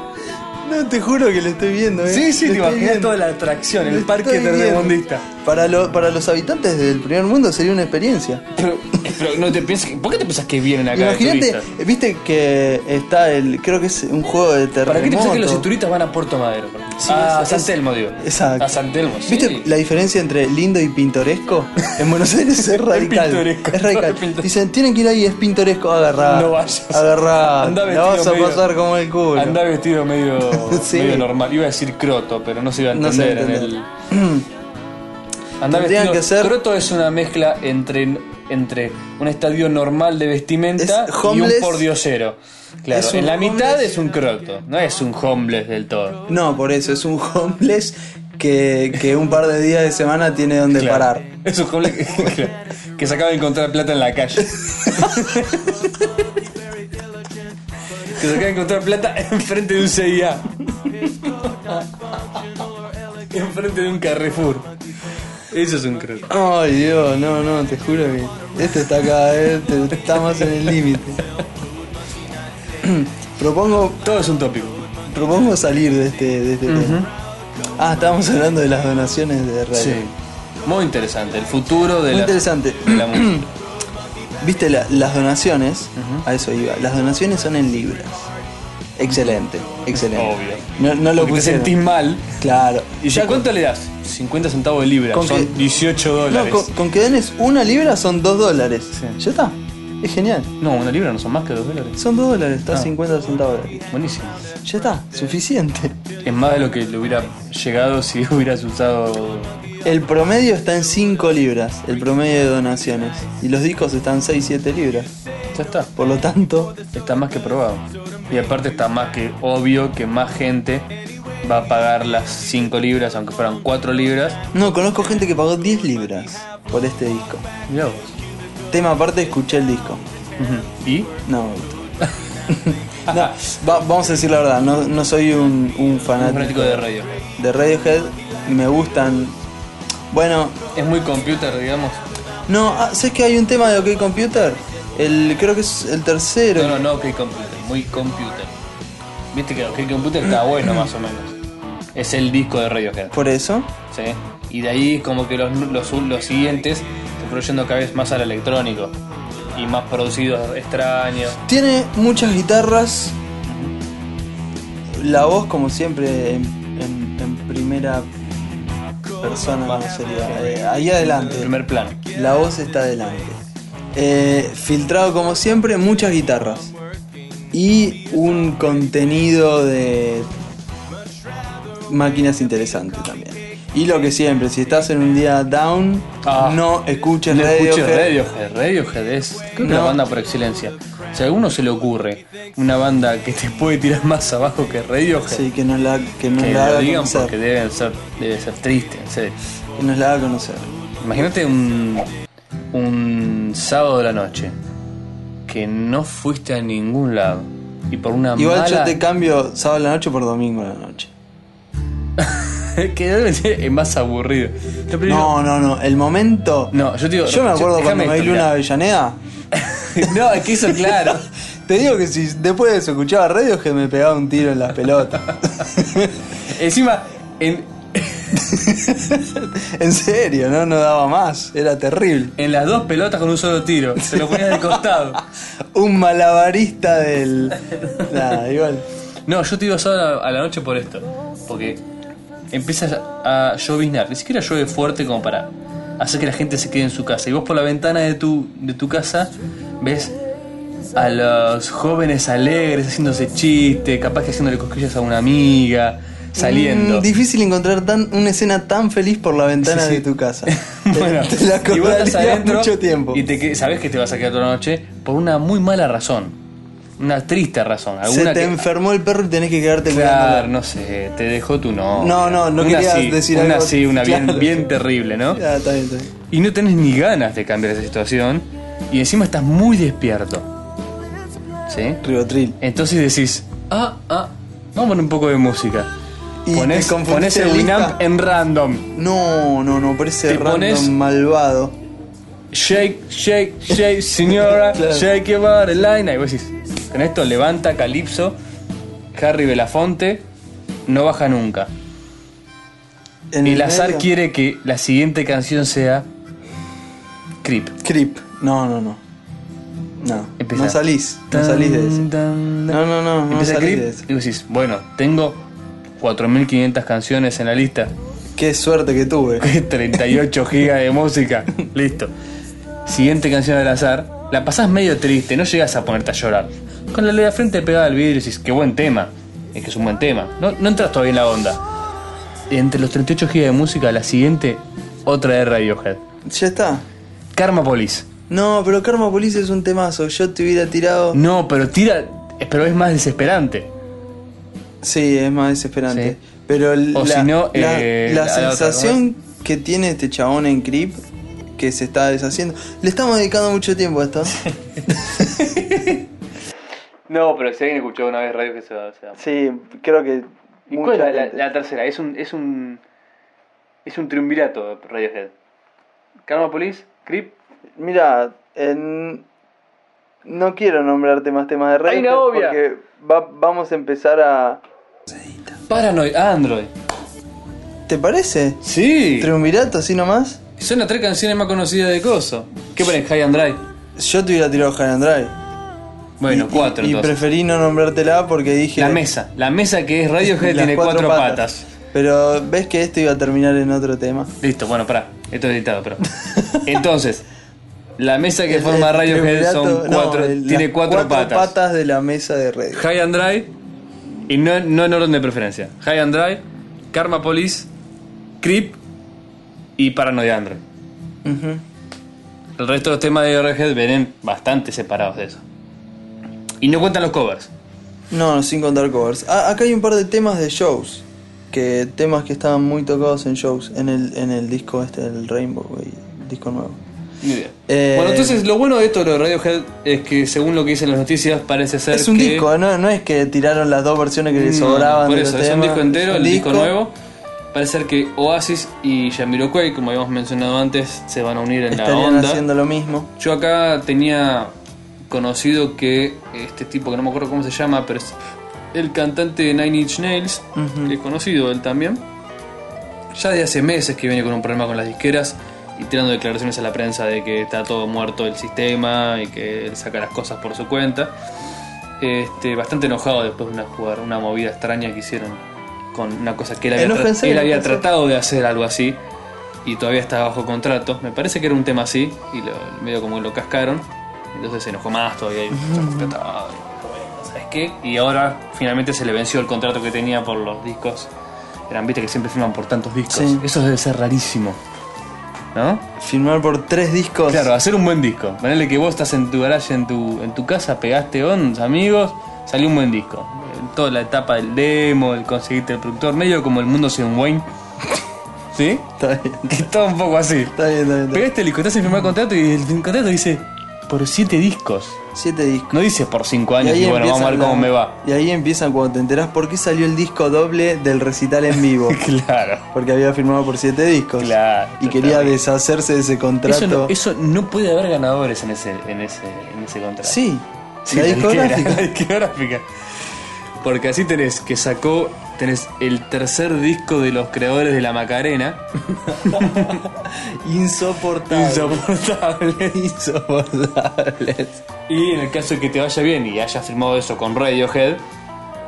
[SPEAKER 1] No, te juro que lo estoy viendo, ¿eh?
[SPEAKER 2] Sí, sí,
[SPEAKER 1] Lo estoy
[SPEAKER 2] te imaginas
[SPEAKER 1] viendo.
[SPEAKER 2] toda la atracción,
[SPEAKER 1] Lo
[SPEAKER 2] el parque
[SPEAKER 1] estoy viendo.
[SPEAKER 2] tercermundista.
[SPEAKER 1] Para, lo- para los habitantes del primer mundo sería una experiencia.
[SPEAKER 2] Pero, pero no te piensas, que- ¿por qué te pensás que vienen acá de
[SPEAKER 1] Imagínate,
[SPEAKER 2] turistas?
[SPEAKER 1] viste que está el. Creo que es un juego de terremoto.
[SPEAKER 2] ¿Para qué te pensás que los turistas van a Puerto Madero? Ah, por ejemplo?
[SPEAKER 1] Sí,
[SPEAKER 2] a
[SPEAKER 1] es-
[SPEAKER 2] San
[SPEAKER 1] es-
[SPEAKER 2] Telmo, digo.
[SPEAKER 1] Exacto.
[SPEAKER 2] A San Telmo, sí.
[SPEAKER 1] ¿Viste la diferencia entre lindo y pintoresco? En Buenos Aires es radical.
[SPEAKER 2] pintoresco.
[SPEAKER 1] Es radical.
[SPEAKER 2] Es pintoresco.
[SPEAKER 1] Dicen, tienen que ir ahí, es pintoresco. Agarrá.
[SPEAKER 2] No vayas.
[SPEAKER 1] Agarrá. la
[SPEAKER 2] Andá vestido
[SPEAKER 1] vas a
[SPEAKER 2] medio-
[SPEAKER 1] pasar como el culo.
[SPEAKER 2] Andá vestido medio,
[SPEAKER 1] Sí.
[SPEAKER 2] medio normal. Iba a decir croto, pero no se iba a
[SPEAKER 1] No se va a
[SPEAKER 2] entender en el.
[SPEAKER 1] entender.
[SPEAKER 2] Andá
[SPEAKER 1] Tendrían
[SPEAKER 2] vestido.
[SPEAKER 1] que ser-
[SPEAKER 2] Croto es una mezcla entre, entre un estadio normal de vestimenta
[SPEAKER 1] Es
[SPEAKER 2] y un
[SPEAKER 1] homeless.
[SPEAKER 2] pordiosero. Claro,
[SPEAKER 1] Es un
[SPEAKER 2] en la mitad
[SPEAKER 1] homeless.
[SPEAKER 2] es un croto, no es un homeless del todo.
[SPEAKER 1] No, por eso, es un homeless que, que un par de días de semana tiene donde
[SPEAKER 2] Claro.
[SPEAKER 1] parar.
[SPEAKER 2] Es un homeless que, que se acaba de encontrar plata en la calle. que se acaba de encontrar plata enfrente de un CIA. enfrente de un Carrefour. Eso es un croto.
[SPEAKER 1] Ay, Dios, no, no, te juro que este está acá, este está más en el límite. propongo,
[SPEAKER 2] Todo es un tópico.
[SPEAKER 1] propongo salir de este, de este tema. Ah, estábamos hablando de las donaciones de radio.
[SPEAKER 2] Muy interesante. El futuro de
[SPEAKER 1] Muy
[SPEAKER 2] la,
[SPEAKER 1] interesante.
[SPEAKER 2] de la música.
[SPEAKER 1] Viste, la- las donaciones, a eso iba, las donaciones son en libras. Excelente, excelente.
[SPEAKER 2] Obvio.
[SPEAKER 1] No, no lo
[SPEAKER 2] Porque te
[SPEAKER 1] pusieron.
[SPEAKER 2] sentís mal.
[SPEAKER 1] Claro.
[SPEAKER 2] ¿Y ya cuánto le das? 50 centavos de libra.
[SPEAKER 1] Con
[SPEAKER 2] Son
[SPEAKER 1] que-
[SPEAKER 2] 18
[SPEAKER 1] No,
[SPEAKER 2] dólares. No,
[SPEAKER 1] con, con que dones una libra son dos dólares.
[SPEAKER 2] Sí.
[SPEAKER 1] Ya está. Es genial.
[SPEAKER 2] una libra no son más que 2 dólares.
[SPEAKER 1] Son dos dólares, está
[SPEAKER 2] Ah.
[SPEAKER 1] 50 centavos. de-
[SPEAKER 2] Buenísimo.
[SPEAKER 1] Ya está, suficiente.
[SPEAKER 2] Es más de lo que le hubiera llegado si hubieras usado.
[SPEAKER 1] El promedio está en 5 libras, el promedio de donaciones. Y los discos están 6-7 libras.
[SPEAKER 2] Ya está.
[SPEAKER 1] Por lo tanto,
[SPEAKER 2] Está más que probado. Y aparte está más que obvio que más gente va a pagar las 5 libras, aunque fueran 4 libras.
[SPEAKER 1] no, conozco gente que pagó 10 libras por este disco.
[SPEAKER 2] Mirá vos.
[SPEAKER 1] Tema aparte, escuché el disco.
[SPEAKER 2] Ujú. ¿Y?
[SPEAKER 1] No me gustó. No, va- vamos a decir la verdad, no, no soy un, un
[SPEAKER 2] Un
[SPEAKER 1] fanático
[SPEAKER 2] fanático de radio.
[SPEAKER 1] de Radiohead. Me gustan. Bueno,
[SPEAKER 2] Es muy computer, digamos.
[SPEAKER 1] no, ah, ¿sabes que hay un tema de OK Computer? El, creo que es el tercero.
[SPEAKER 2] No, no, no, OK Computer, muy computer. Viste que OK Computer está bueno más o menos. Es el disco de Radiohead.
[SPEAKER 1] Por eso.
[SPEAKER 2] ¿sí? Y de ahí como que los, los, los siguientes se fueron yendo cada vez más al electrónico. Y más producidos extraños.
[SPEAKER 1] Tiene muchas guitarras. La voz, como siempre, en, en- en primera persona, ¿cómo sería? Eh, ahí
[SPEAKER 2] En
[SPEAKER 1] adelante.
[SPEAKER 2] primer plano.
[SPEAKER 1] La voz está adelante. Eh, filtrado, como siempre, muchas guitarras. Y un contenido de máquinas interesante también. Y lo que siempre, si estás en un día down,
[SPEAKER 2] Ah.
[SPEAKER 1] no escuches
[SPEAKER 2] No escuches
[SPEAKER 1] Radiohead.
[SPEAKER 2] Radiohead. Radiohead es creo
[SPEAKER 1] No.
[SPEAKER 2] que la banda por excelencia. Si a alguno se le ocurre una banda que te puede tirar más abajo que Radiohead,
[SPEAKER 1] Sí, que no la, que no la
[SPEAKER 2] que lo
[SPEAKER 1] haga
[SPEAKER 2] digan
[SPEAKER 1] conocer.
[SPEAKER 2] porque deben ser, debe ser triste, en serio.
[SPEAKER 1] Que nos la haga conocer.
[SPEAKER 2] Imagínate un, un sábado de la noche que no fuiste a ningún lado y por una
[SPEAKER 1] Igual
[SPEAKER 2] mala
[SPEAKER 1] yo te cambio sábado a la noche por domingo a la noche.
[SPEAKER 2] que debe ser el más aburrido. Yo primero-
[SPEAKER 1] No, no, no. El momento.
[SPEAKER 2] no, yo te digo,
[SPEAKER 1] Yo me acuerdo cuando
[SPEAKER 2] déjame
[SPEAKER 1] me
[SPEAKER 2] esto,
[SPEAKER 1] bailé una Avellaneda.
[SPEAKER 2] mirá. No, es que eso claro.
[SPEAKER 1] Te digo que si después de eso escuchaba radio que me pegaba un tiro en las pelotas.
[SPEAKER 2] Encima en,
[SPEAKER 1] en serio, no, no daba más. Era terrible.
[SPEAKER 2] en las dos pelotas con un solo tiro, se lo ponías de costado.
[SPEAKER 1] Un malabarista del. Nada, igual.
[SPEAKER 2] No, yo te digo sábado a la, a la noche por esto, porque empiezas a lloviznar, ni siquiera llueve fuerte como para hacer que la gente se quede en su casa. Y vos por la ventana de tu, de tu casa ves a los jóvenes alegres haciéndose chistes, capaz que haciéndole cosquillas a una amiga, saliendo.
[SPEAKER 1] Mm, difícil encontrar tan, una escena tan feliz por la ventana
[SPEAKER 2] Sí, sí.
[SPEAKER 1] de tu casa.
[SPEAKER 2] Bueno,
[SPEAKER 1] te, te la
[SPEAKER 2] y vos estás
[SPEAKER 1] contaría
[SPEAKER 2] adentro
[SPEAKER 1] mucho tiempo.
[SPEAKER 2] Y te, que- sabés que te vas a quedar toda la noche por una muy mala razón. Una triste razón.
[SPEAKER 1] Se
[SPEAKER 2] Alguna
[SPEAKER 1] te
[SPEAKER 2] que,
[SPEAKER 1] enfermó el perro y tenés que quedarte cuidándolo.
[SPEAKER 2] Claro, no sé, te dejó tu no.
[SPEAKER 1] No, no, no
[SPEAKER 2] una
[SPEAKER 1] quería
[SPEAKER 2] sí,
[SPEAKER 1] decir
[SPEAKER 2] una
[SPEAKER 1] algo.
[SPEAKER 2] sí, una bien,
[SPEAKER 1] Claro.
[SPEAKER 2] bien terrible, ¿no?
[SPEAKER 1] Ah, está bien, está bien.
[SPEAKER 2] Y no tenés ni ganas de cambiar esa situación y encima estás muy despierto. ¿Sí?
[SPEAKER 1] Ribotril.
[SPEAKER 2] Entonces decís, ah, ah, vamos a poner un poco de música.
[SPEAKER 1] Y
[SPEAKER 2] Ponés,
[SPEAKER 1] te confundiste
[SPEAKER 2] ponés el
[SPEAKER 1] de lista.
[SPEAKER 2] Winamp en random.
[SPEAKER 1] No, no, no, parece
[SPEAKER 2] Te
[SPEAKER 1] random
[SPEAKER 2] pones-
[SPEAKER 1] malvado.
[SPEAKER 2] Shake, shake, shake, señora,
[SPEAKER 1] Claro.
[SPEAKER 2] shake your body line. Ahí vos decís, con esto levanta Calypso, Harry Belafonte, no baja nunca.
[SPEAKER 1] En
[SPEAKER 2] el azar
[SPEAKER 1] medio-
[SPEAKER 2] quiere que la siguiente canción sea Creep.
[SPEAKER 1] Creep. No, no, no. No.
[SPEAKER 2] Empieza.
[SPEAKER 1] No salís. No salís de eso. No, no, no, no
[SPEAKER 2] Empieza
[SPEAKER 1] salís
[SPEAKER 2] Creep
[SPEAKER 1] de eso.
[SPEAKER 2] y vos decís, bueno, tengo 4.500 canciones en la lista,
[SPEAKER 1] Qué suerte que tuve.
[SPEAKER 2] 38 gigas de música, listo. Siguiente canción al azar, la pasás medio triste, no llegas a ponerte a llorar. Con la de frente pegada al vidrio y decís, qué buen tema, es que es un buen tema. No, no entras todavía en la onda. Entre los 38 gigas de música, la siguiente otra de Radiohead.
[SPEAKER 1] Ya está.
[SPEAKER 2] Karma Police.
[SPEAKER 1] No, pero Karma Police es un temazo. Yo te hubiera tirado.
[SPEAKER 2] No, pero tira. Pero es más desesperante.
[SPEAKER 1] Sí, es más desesperante.
[SPEAKER 2] Sí.
[SPEAKER 1] Pero la,
[SPEAKER 2] O si no,
[SPEAKER 1] la-
[SPEAKER 2] eh,
[SPEAKER 1] la
[SPEAKER 2] la otra,
[SPEAKER 1] sensación que tiene este chabón en Creep, que se está deshaciendo. Le estamos dedicando mucho tiempo a esto.
[SPEAKER 2] No, pero si alguien escuchó una vez Radiohead se va. Se va.
[SPEAKER 1] Sí, creo que.
[SPEAKER 2] ¿Y
[SPEAKER 1] mucha
[SPEAKER 2] cuál es la,
[SPEAKER 1] gente.
[SPEAKER 2] la tercera? Es un. Es un. Es un triunvirato Radiohead. Karma Police, Creep.
[SPEAKER 1] Mira, en- no quiero nombrarte más temas de
[SPEAKER 2] Hay
[SPEAKER 1] Radiohead
[SPEAKER 2] una obvia.
[SPEAKER 1] porque va- vamos a empezar a.
[SPEAKER 2] Paranoid, Android.
[SPEAKER 1] ¿Te parece?
[SPEAKER 2] Sí.
[SPEAKER 1] ¿Triunvirato así nomás?
[SPEAKER 2] Son las tres canciones más conocidas de Coso. ¿Qué pones? High and Dry.
[SPEAKER 1] Yo te hubiera tirado High and Dry.
[SPEAKER 2] Bueno,
[SPEAKER 1] Y-
[SPEAKER 2] cuatro
[SPEAKER 1] y, y
[SPEAKER 2] entonces.
[SPEAKER 1] preferí no nombrártela porque dije.
[SPEAKER 2] La mesa. La mesa que es Radiohead
[SPEAKER 1] las
[SPEAKER 2] tiene cuatro, patas.
[SPEAKER 1] Pero ves que esto iba a terminar en otro tema.
[SPEAKER 2] Listo, bueno, pará. Esto es editado, pero. Entonces, la mesa que forma
[SPEAKER 1] El
[SPEAKER 2] Radiohead son
[SPEAKER 1] triunvirato- no,
[SPEAKER 2] cuatro.
[SPEAKER 1] el-
[SPEAKER 2] tiene
[SPEAKER 1] las
[SPEAKER 2] cuatro, patas.
[SPEAKER 1] de la mesa de red.
[SPEAKER 2] High and Dry. Y no, no en orden de preferencia. High and Dry, Karma Police, Creep y Paranoid Android.
[SPEAKER 1] Ujú.
[SPEAKER 2] El resto de los temas de Radiohead vienen bastante separados de eso. Y no cuentan los covers.
[SPEAKER 1] No, sin contar covers. Ah, acá hay un par de temas de shows. Que temas que estaban muy tocados en shows. En el, en el disco este, el Rainbow, güey, disco nuevo.
[SPEAKER 2] Ni idea.
[SPEAKER 1] Eh,
[SPEAKER 2] bueno, entonces lo bueno de esto de Radiohead es que según lo que dicen las noticias parece ser
[SPEAKER 1] Es un
[SPEAKER 2] que
[SPEAKER 1] disco, no, no es que tiraron las dos versiones que les
[SPEAKER 2] No,
[SPEAKER 1] sobraban.
[SPEAKER 2] por
[SPEAKER 1] de
[SPEAKER 2] eso,
[SPEAKER 1] los
[SPEAKER 2] es un
[SPEAKER 1] temas.
[SPEAKER 2] disco entero,
[SPEAKER 1] Es
[SPEAKER 2] el
[SPEAKER 1] un
[SPEAKER 2] disco,
[SPEAKER 1] disco.
[SPEAKER 2] nuevo. Parece ser que Oasis y Jamiroquai, como habíamos mencionado antes, se van a unir en la
[SPEAKER 1] Estarían
[SPEAKER 2] onda.
[SPEAKER 1] haciendo lo mismo.
[SPEAKER 2] Yo acá tenía conocido que este tipo, que no me acuerdo cómo se llama, pero es el cantante de Nine Inch Nails,
[SPEAKER 1] Ujú.
[SPEAKER 2] que es conocido él también. Ya de hace meses que viene con un problema con las disqueras y tirando declaraciones a la prensa de que está todo muerto el sistema y que él saca las cosas por su cuenta. Este, bastante enojado después de una, jugar- una movida extraña que hicieron con una cosa que él había, tra-
[SPEAKER 1] Enójense,
[SPEAKER 2] él había
[SPEAKER 1] enójense.
[SPEAKER 2] tratado de hacer algo así y todavía estaba bajo contrato. Me parece que era un tema así y lo- medio como lo cascaron. Entonces se enojó más todavía y se rescataba, y, bueno, ¿sabes qué? Y ahora finalmente se le venció el contrato que tenía por los discos. Eran, viste, que siempre firman por tantos discos.
[SPEAKER 1] Sí.
[SPEAKER 2] Eso debe ser rarísimo. ¿No?
[SPEAKER 1] Filmar por tres discos.
[SPEAKER 2] Claro, hacer un buen disco. Ponerle que vos estás en tu garage, en tu, en tu casa, pegaste on, amigos, salió un buen disco. En toda la etapa del demo, el conseguirte el productor, medio como el mundo sin Wayne. ¿Sí?
[SPEAKER 1] Está bien,
[SPEAKER 2] Que todo un poco así.
[SPEAKER 1] está bien, está bien. está bien.
[SPEAKER 2] Pegaste el este disco, estás en firmar contrato y el contrato dice por siete discos.
[SPEAKER 1] Siete discos.
[SPEAKER 2] No dice por cinco años y, bueno, vamos a ver
[SPEAKER 1] empiezan
[SPEAKER 2] cómo
[SPEAKER 1] la-
[SPEAKER 2] me va.
[SPEAKER 1] Y ahí empiezan cuando te enterás por qué salió el disco doble del recital en vivo.
[SPEAKER 2] Claro,
[SPEAKER 1] porque había firmado por siete discos.
[SPEAKER 2] claro.
[SPEAKER 1] Y quería
[SPEAKER 2] Terrible.
[SPEAKER 1] deshacerse de ese contrato.
[SPEAKER 2] Eso no, eso no puede haber ganadores en ese, en ese, en ese contrato.
[SPEAKER 1] Sí,
[SPEAKER 2] Sí,
[SPEAKER 1] la
[SPEAKER 2] disquera,
[SPEAKER 1] discográfica.
[SPEAKER 2] la discográfica. Porque así tenés que sacó, tenés el tercer disco de los creadores de la Macarena,
[SPEAKER 1] Insoportable.
[SPEAKER 2] insoportable.
[SPEAKER 1] Insoportables.
[SPEAKER 2] Y en el caso de que te vaya bien y hayas firmado eso con Radiohead,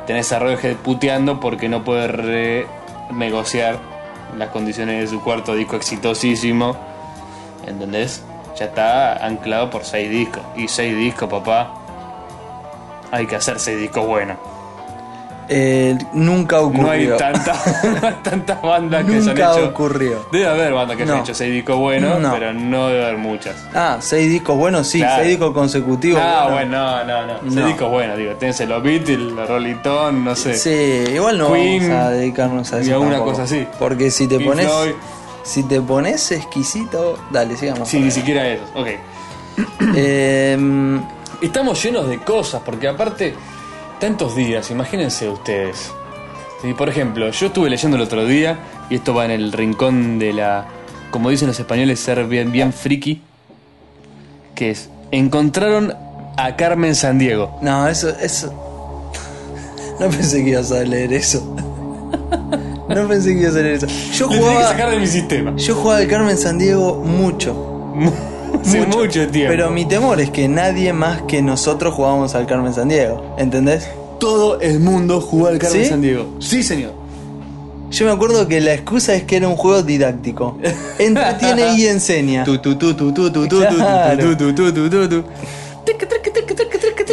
[SPEAKER 2] tenés a Radiohead puteando porque no puede re- negociar las condiciones de su cuarto disco exitosísimo. ¿Entendés? Ya está anclado por seis discos. Y seis discos, papá. Hay que hacer seis discos buenos.
[SPEAKER 1] Eh, nunca ocurrió.
[SPEAKER 2] No hay, tanta, no hay tantas bandas que se han
[SPEAKER 1] nunca
[SPEAKER 2] hecho.
[SPEAKER 1] ocurrió.
[SPEAKER 2] Debe haber bandas que se han
[SPEAKER 1] No.
[SPEAKER 2] hecho seis discos buenos,
[SPEAKER 1] No.
[SPEAKER 2] pero no debe haber muchas.
[SPEAKER 1] Ah, seis discos buenos, sí,
[SPEAKER 2] Claro.
[SPEAKER 1] seis discos consecutivos.
[SPEAKER 2] ah,
[SPEAKER 1] bueno.
[SPEAKER 2] bueno, no, no, no. Seis
[SPEAKER 1] No.
[SPEAKER 2] discos buenos, digo. Tenés los Beatles, los Rolling Stones, no sé.
[SPEAKER 1] Sí, igual no
[SPEAKER 2] Queen,
[SPEAKER 1] vamos a dedicarnos a
[SPEAKER 2] ni
[SPEAKER 1] eso.
[SPEAKER 2] alguna
[SPEAKER 1] tampoco.
[SPEAKER 2] cosa así.
[SPEAKER 1] Porque si te
[SPEAKER 2] Pink
[SPEAKER 1] pones.
[SPEAKER 2] Floyd.
[SPEAKER 1] Si te pones exquisito. Dale, sigamos.
[SPEAKER 2] Sí, ni siquiera eso. Ok.
[SPEAKER 1] Em,
[SPEAKER 2] Estamos llenos de cosas, porque aparte, tantos días, imagínense ustedes. Sí, por ejemplo, yo estuve leyendo el otro día, y esto va en el rincón de la. Como dicen los españoles, ser bien, bien friki. Que es. Encontraron a Carmen Sandiego.
[SPEAKER 1] no, eso, eso. No pensé que ibas a leer eso. No pensé que ibas a leer eso. Yo
[SPEAKER 2] Le tenía que sacar
[SPEAKER 1] jugaba.
[SPEAKER 2] de mi sistema.
[SPEAKER 1] Yo jugaba al Carmen Sandiego mucho.
[SPEAKER 2] Hace mucho tiempo.
[SPEAKER 1] Pero mi temor es que nadie más que nosotros jugábamos al Carmen Sandiego. ¿Entendés?
[SPEAKER 2] todo el mundo jugó al
[SPEAKER 1] Carmen
[SPEAKER 2] Sandiego. Sí, señor.
[SPEAKER 1] Yo me acuerdo que la excusa es que era un juego didáctico. Entretiene y enseña.
[SPEAKER 2] Tu, tu, tu, tu, tu, tu, tu, tu,
[SPEAKER 1] Claro.
[SPEAKER 2] tu, tu, tu, tu, tu, tu.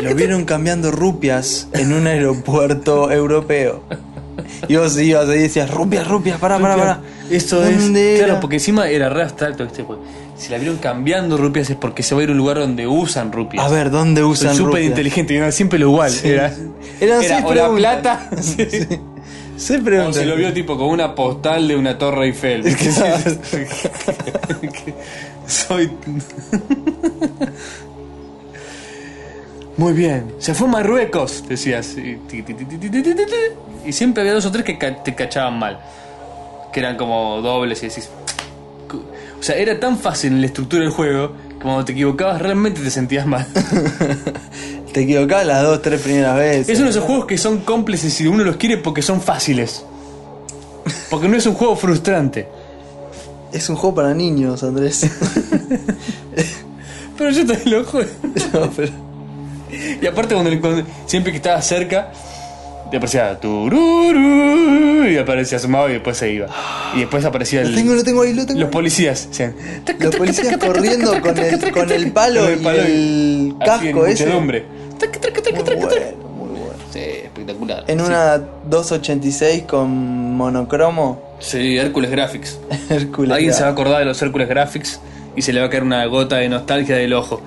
[SPEAKER 1] Lo vieron cambiando rupias en un aeropuerto europeo. Y vos ibas ahí y decías, rupias, rupias, pará, pará, pará.
[SPEAKER 2] Esto es.
[SPEAKER 1] ¿Dónde
[SPEAKER 2] Claro,
[SPEAKER 1] era?
[SPEAKER 2] porque encima era re abstracto, ¿viste? Pues, si la vieron cambiando rupias es porque se va a ir a un lugar donde usan rupias.
[SPEAKER 1] A ver, ¿dónde
[SPEAKER 2] Soy
[SPEAKER 1] usan
[SPEAKER 2] súper
[SPEAKER 1] rupias?
[SPEAKER 2] inteligente, y no, siempre lo igual.
[SPEAKER 1] Sí,
[SPEAKER 2] era
[SPEAKER 1] sí. Eran
[SPEAKER 2] era
[SPEAKER 1] seis
[SPEAKER 2] o la
[SPEAKER 1] preguntas.
[SPEAKER 2] plata. sí.
[SPEAKER 1] Sí. Se
[SPEAKER 2] O
[SPEAKER 1] pregunta.
[SPEAKER 2] se lo vio tipo con una postal de una torre Eiffel.
[SPEAKER 1] Claro.
[SPEAKER 2] Soy. Muy bien. Se fue a Marruecos, decías. Y, ti, ti, ti, ti, ti, ti, ti, ti. Y siempre había dos o tres que ca- te cachaban mal. Que eran como dobles y decís. cu- O sea, era tan fácil la estructura del juego que cuando te equivocabas realmente te sentías mal.
[SPEAKER 1] Te equivocás las dos, tres primeras veces.
[SPEAKER 2] Es uno de esos juegos que son cómplices y uno los quiere porque son fáciles. Porque no es un juego frustrante.
[SPEAKER 1] Es un juego para niños, Andrés.
[SPEAKER 2] Pero yo también lo juego.
[SPEAKER 1] No, pero-
[SPEAKER 2] Y aparte, cuando, cuando- siempre que estaba cerca, te aparecía tururú, y aparecía asomado y después se iba. Y después aparecía el-
[SPEAKER 1] Lo tengo, lo tengo ahí, lo tengo.
[SPEAKER 2] los policías. hacían tac,
[SPEAKER 1] Los
[SPEAKER 2] tac,
[SPEAKER 1] policías
[SPEAKER 2] tac, tac,
[SPEAKER 1] corriendo
[SPEAKER 2] tac,
[SPEAKER 1] con
[SPEAKER 2] tac,
[SPEAKER 1] el,
[SPEAKER 2] tac,
[SPEAKER 1] con
[SPEAKER 2] tac,
[SPEAKER 1] el
[SPEAKER 2] tac,
[SPEAKER 1] palo
[SPEAKER 2] con
[SPEAKER 1] y el
[SPEAKER 2] así en
[SPEAKER 1] casco ese. Muy
[SPEAKER 2] muchedumbre. Tac, tac, tac, tac, tac, tac.
[SPEAKER 1] bueno, muy bueno.
[SPEAKER 2] Sí, espectacular.
[SPEAKER 1] En
[SPEAKER 2] Sí.
[SPEAKER 1] una 286 con monocromo,
[SPEAKER 2] Sí, Hércules Graphics.
[SPEAKER 1] Hércules.
[SPEAKER 2] Alguien se va a
[SPEAKER 1] era-
[SPEAKER 2] acordar de los Hércules Graphics y se le va a caer una gota de nostalgia del ojo.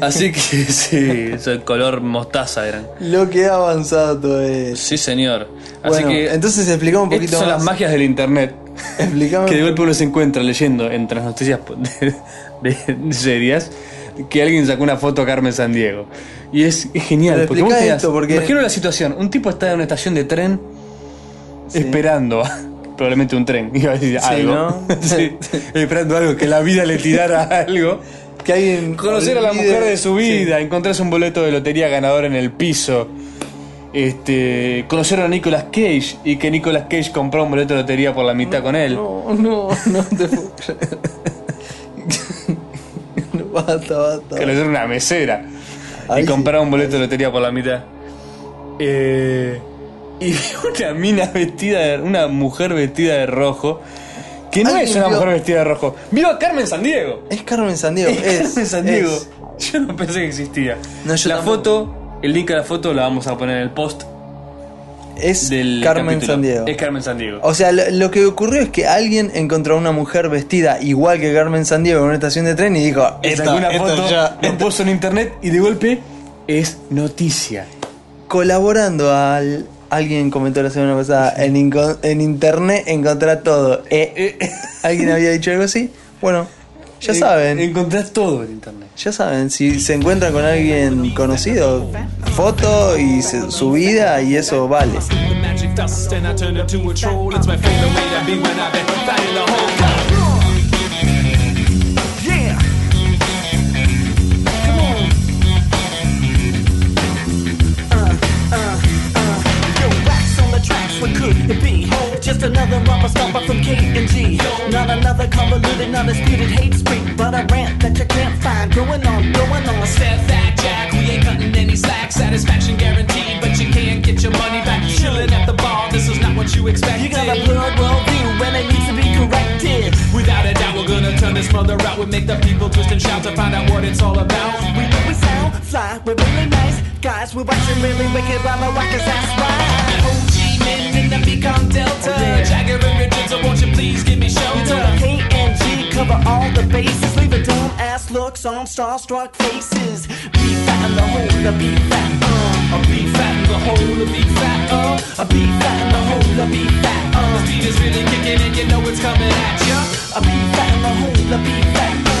[SPEAKER 2] Así que sí, el color mostaza eran.
[SPEAKER 1] Lo que ha avanzado todo es.
[SPEAKER 2] Sí, señor. Así
[SPEAKER 1] Bueno,
[SPEAKER 2] que
[SPEAKER 1] entonces explicamos un
[SPEAKER 2] estas
[SPEAKER 1] poquito
[SPEAKER 2] son las
[SPEAKER 1] más.
[SPEAKER 2] magias del internet
[SPEAKER 1] Explicame-
[SPEAKER 2] que de golpe uno se encuentra leyendo entre las noticias de, de- serias que alguien sacó una foto a Carmen San Diego. Y es, es genial.
[SPEAKER 1] Pero
[SPEAKER 2] Porque vos
[SPEAKER 1] explicá
[SPEAKER 2] te
[SPEAKER 1] esto,
[SPEAKER 2] das-
[SPEAKER 1] porque-
[SPEAKER 2] Imagino la situación. Un tipo está en una estación de tren
[SPEAKER 1] Sí.
[SPEAKER 2] esperando. Probablemente un tren, iba a decir
[SPEAKER 1] Sí,
[SPEAKER 2] algo.
[SPEAKER 1] ¿no?
[SPEAKER 2] Sí, esperando algo, que la vida le tirara algo.
[SPEAKER 1] Que alguien
[SPEAKER 2] Conocer a la
[SPEAKER 1] olvide-
[SPEAKER 2] mujer de su vida, encontrarse un boleto de lotería ganador en el piso. Este, conocer a Nicolas Cage y que Nicolas Cage compró un boleto de lotería por la mitad con él.
[SPEAKER 1] No, no, no te puedo creer. No, basta, basta.
[SPEAKER 2] Conocer una mesera
[SPEAKER 1] Ahí
[SPEAKER 2] y
[SPEAKER 1] sí.
[SPEAKER 2] comprar un boleto de lotería por la mitad. Eh, y una mina vestida, de, una mujer vestida de rojo, que no
[SPEAKER 1] Alguien
[SPEAKER 2] es una
[SPEAKER 1] vio-
[SPEAKER 2] mujer vestida de rojo. ¡Viva Carmen Sandiego!
[SPEAKER 1] Es Carmen Sandiego.
[SPEAKER 2] Es
[SPEAKER 1] Es,
[SPEAKER 2] Carmen San Diego.
[SPEAKER 1] es.
[SPEAKER 2] Yo no pensé que existía.
[SPEAKER 1] No, yo
[SPEAKER 2] la
[SPEAKER 1] tampoco.
[SPEAKER 2] foto, el link a la foto la vamos a poner en el post
[SPEAKER 1] Es
[SPEAKER 2] del
[SPEAKER 1] Carmen
[SPEAKER 2] capítulo.
[SPEAKER 1] Sandiego.
[SPEAKER 2] Es Carmen Sandiego.
[SPEAKER 1] O sea, lo, lo que ocurrió es que alguien encontró a una mujer vestida igual que Carmen Sandiego en una estación de tren y dijo:
[SPEAKER 2] Es
[SPEAKER 1] "Esta-
[SPEAKER 2] alguna
[SPEAKER 1] esta
[SPEAKER 2] foto,
[SPEAKER 1] ya-
[SPEAKER 2] lo puso en internet y de golpe es noticia.
[SPEAKER 1] Colaborando al. Alguien comentó la semana pasada: en, inco- en internet encontrá todo. Eh,
[SPEAKER 2] Eh,
[SPEAKER 1] ¿Alguien había dicho algo así? Bueno, ya
[SPEAKER 2] eh,
[SPEAKER 1] saben.
[SPEAKER 2] Encontrás todo en internet.
[SPEAKER 1] Ya saben, si se encuentran con alguien conocido, foto y se- su vida y eso vale.
[SPEAKER 3] Sleep with magic dust and I turn into a troll. It's my favorite way to be when I've been fighting the whole time. Yeah. Come on.
[SPEAKER 4] Yo, wax on the tracks, what could it be? Ho, just another rubber stomper from K&G. Not another convoluted, not disputed hate speech, but a rant that you can't find. Going on, going on.
[SPEAKER 3] Step back, Jack. We ain't cutting any slack. Satisfaction guaranteed, but you can't get your money back. Chilling at the bar, this is not what you expected.
[SPEAKER 4] You got a blurred worldview when it needs to be corrected.
[SPEAKER 3] Without a doubt, we're gonna turn this mother out. We make the people twist and shout to find out what it's all about.
[SPEAKER 4] We, we sound fly, we're really nice guys. We're watching really wicked rubber rockers, that's right.
[SPEAKER 3] Ho Chi Minh in the Mekong Delta. Jagger and Richard, so won't you please give me
[SPEAKER 4] So
[SPEAKER 3] shelter?
[SPEAKER 4] the K&G cover all the bases, leaving dumb ass looks on starstruck faces. Be fat in the hole, the be fat. Uh.
[SPEAKER 3] A beat fat in the hole, a beat fat uh. up.
[SPEAKER 4] A beat fat in the hole, a beat fat,
[SPEAKER 3] This
[SPEAKER 4] uh.
[SPEAKER 3] beat is really kicking and you know it's coming at ya.
[SPEAKER 4] A beat fat in the hole, a beat fat, uh.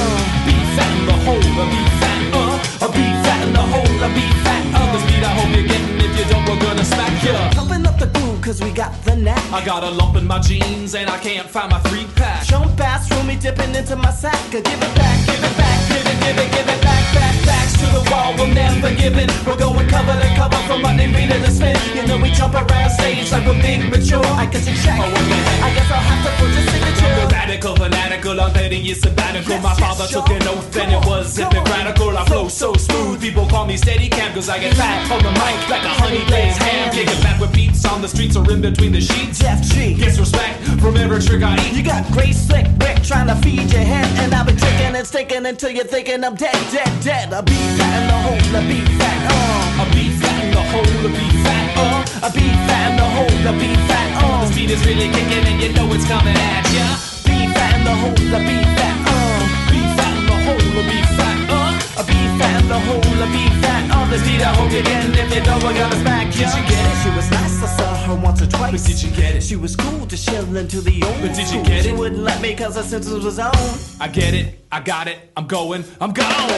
[SPEAKER 3] Beat fat in the hole, a beat fat uh. A beat fat in the hole, a beat fat uh. This beat I hope you're getting. If you don't, we're gonna smack ya.
[SPEAKER 4] Pumping up the groove, cause we got the knack.
[SPEAKER 3] I got a lump in my jeans and I can't find my three pack.
[SPEAKER 4] Jump fast, through me dipping into my sack. I give it back, give it back,
[SPEAKER 3] Give it, give it, give it back, back, backs to the wall. We're never giving. We're going cover to cover from Monday Rita to spin. You know we jump around stage like we're big mature.
[SPEAKER 4] I get your check.
[SPEAKER 3] Oh, okay.
[SPEAKER 4] I guess I'll have to put your
[SPEAKER 3] The
[SPEAKER 4] signature.
[SPEAKER 3] radical fanatical, I'm heading your sabbatical.
[SPEAKER 4] Yes,
[SPEAKER 3] My
[SPEAKER 4] yes,
[SPEAKER 3] father
[SPEAKER 4] y'all.
[SPEAKER 3] took an oath and
[SPEAKER 4] Come
[SPEAKER 3] it
[SPEAKER 4] on,
[SPEAKER 3] was
[SPEAKER 4] come on.
[SPEAKER 3] hypocritical. I flow so smooth, people call me steady cam, cause I get fat on the mic like a honey glazed ham. Kicking back with beats on the streets or in between the sheets.
[SPEAKER 4] Jeff G.
[SPEAKER 3] Gets respect from every trick I eat.
[SPEAKER 4] You got great slick Rick trying to feed your head, and I've been taking and sticking until you're thinking I'm dead, dead, dead. A beat fat in the hole, a beat fat, uh.
[SPEAKER 3] A beat fat in the hole, a beat fat, uh.
[SPEAKER 4] A beat fat in the hole, a beat fat, uh.
[SPEAKER 3] This beat is really kicking and you know it's coming at ya. Be fat in the hole, I be fat, uh. Be fat in the hole, I be fat, uh. I be fat in the hole, I be fat, uh. Let's eat a hole again if you know I got us back, ya.
[SPEAKER 4] Did you get it? She was nice, I saw her once or twice.
[SPEAKER 3] But did you get it?
[SPEAKER 4] She was cool to chillin' to the old
[SPEAKER 3] But did you
[SPEAKER 4] school.
[SPEAKER 3] get
[SPEAKER 4] She
[SPEAKER 3] it?
[SPEAKER 4] wouldn't let me cause her symptoms was on.
[SPEAKER 3] I get it, I got it, I'm going, I'm gone.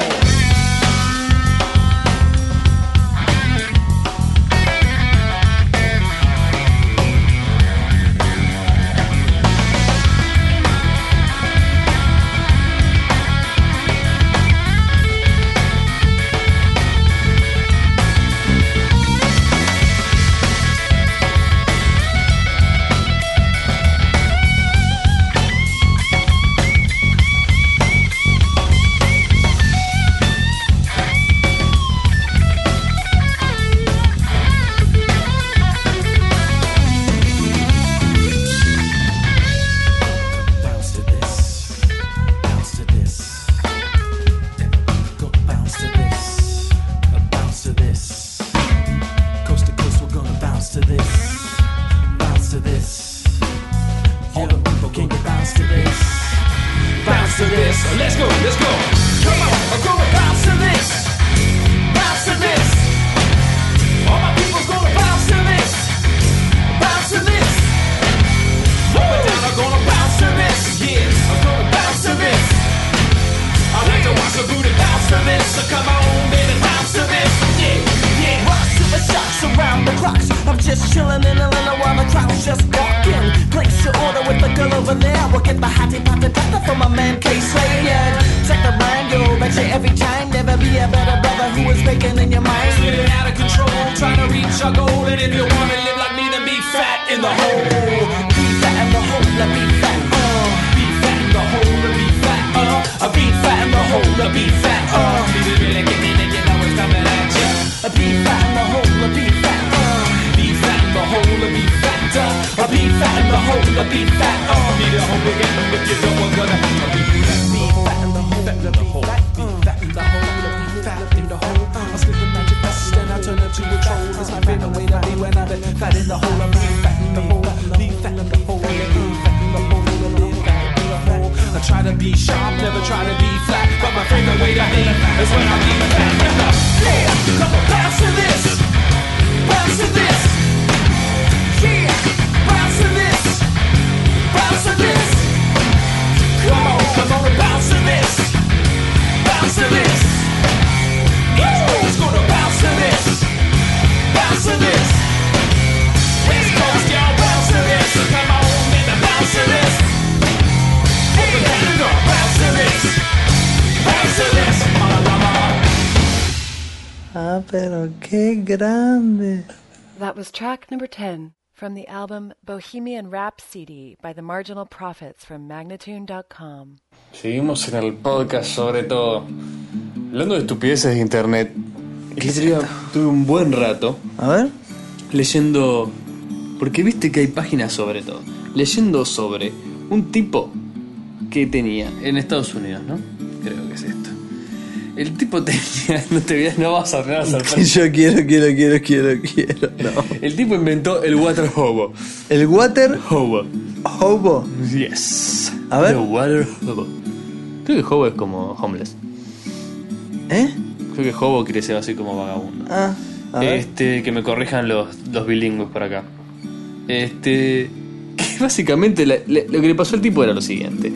[SPEAKER 4] Bounce to this. Bounce to this. Go bounce to this. Bounce to this. Coast to coast, we're gonna bounce to this. Bounce to this. All the people can you bounce to this.
[SPEAKER 3] bounce to this. Let's go, let's go. Come on, I'm gonna bounce to this. Bounce to this. All my people gonna bounce to this. Bounce to this. Up and down, I'm gonna bounce to this. Yeah, I'm gonna bounce to this. I like to watch the booty bounce to this. So come on, baby, bounce to this. Yeah, yeah.
[SPEAKER 4] Rocks to the shocks around the clocks. I'm just chillin' in Atlanta while the crowd's just walking. Place your order with the girl over there. We'll get the hottie potty pepper for my man K Slayer. Check the mind, yo. Bet you every time never be a better brother who is making in your mind.
[SPEAKER 3] Getting out of control, trying to reach our goal. And if you wanna live like me, then be fat in the hole.
[SPEAKER 4] Be fat in the hole, let me fat. Uh,
[SPEAKER 3] Be fat in the hole, and be fat, uh. I be fat in the hole, I be fat, uh. Be really kicking and you know it's coming at ya.
[SPEAKER 4] be fat in the hole, let me fat. Uh,
[SPEAKER 3] Be fat in the hole, I be fat, uh. I be fat in the hole, I be fat, uh. Be the hole again if you know I'm gonna have to be fat.
[SPEAKER 4] be fat in the hole, let me fat. Uh,
[SPEAKER 3] Fat in the hole, I be fat in the hole. I slip a magic fast and I turn up to a troll. It's my favorite way to be when I'm fat in the hole. I be fat in the hole, be fat in the hole, I be fat in the hole. I be fat in the hole. I try to be sharp, never try to be flat. But my favorite way to be is when I be fat. Yeah, come on, bounce to this, bounce to this. Yeah, bounce to this, bounce to this. Come on, come on, bounce to this bounce to this. Each one's gonna bounce to this. Bounce to this. West Coast, y'all bounce to this. Come on, baby, bounce to this. Hey, Canada, bounce to this. Bounce to this. Ma, la, la, la.
[SPEAKER 1] Ah, pero qué grande.
[SPEAKER 5] That was track number 10 from the album Bohemian Rap CD by the Marginal Prophets from Magnatune.com.
[SPEAKER 2] Seguimos en el podcast sobre todo. Hablando de estupideces de internet. El otro día tuve un buen rato
[SPEAKER 1] A ver.
[SPEAKER 2] leyendo. Porque viste que hay páginas sobre todo. Leyendo sobre un tipo que tenía en Estados Unidos, ¿no? Creo que es esto. El tipo tenía. No te voy a- no vas a arruinar la sorpresa.
[SPEAKER 1] Yo quiero, quiero, quiero, quiero, quiero. No.
[SPEAKER 2] El tipo inventó el water hobo.
[SPEAKER 1] El water
[SPEAKER 2] Hobo.
[SPEAKER 1] hobo.
[SPEAKER 2] Yes.
[SPEAKER 1] A ver.
[SPEAKER 2] The water hobo. Creo que hobo es como homeless.
[SPEAKER 1] ¿Eh?
[SPEAKER 2] Creo que hobo quiere ser así como vagabundo.
[SPEAKER 1] Ah, a ver.
[SPEAKER 2] Este, que me corrijan los, los bilingües por acá. Este. Que básicamente la- la- lo que le pasó al tipo era lo siguiente.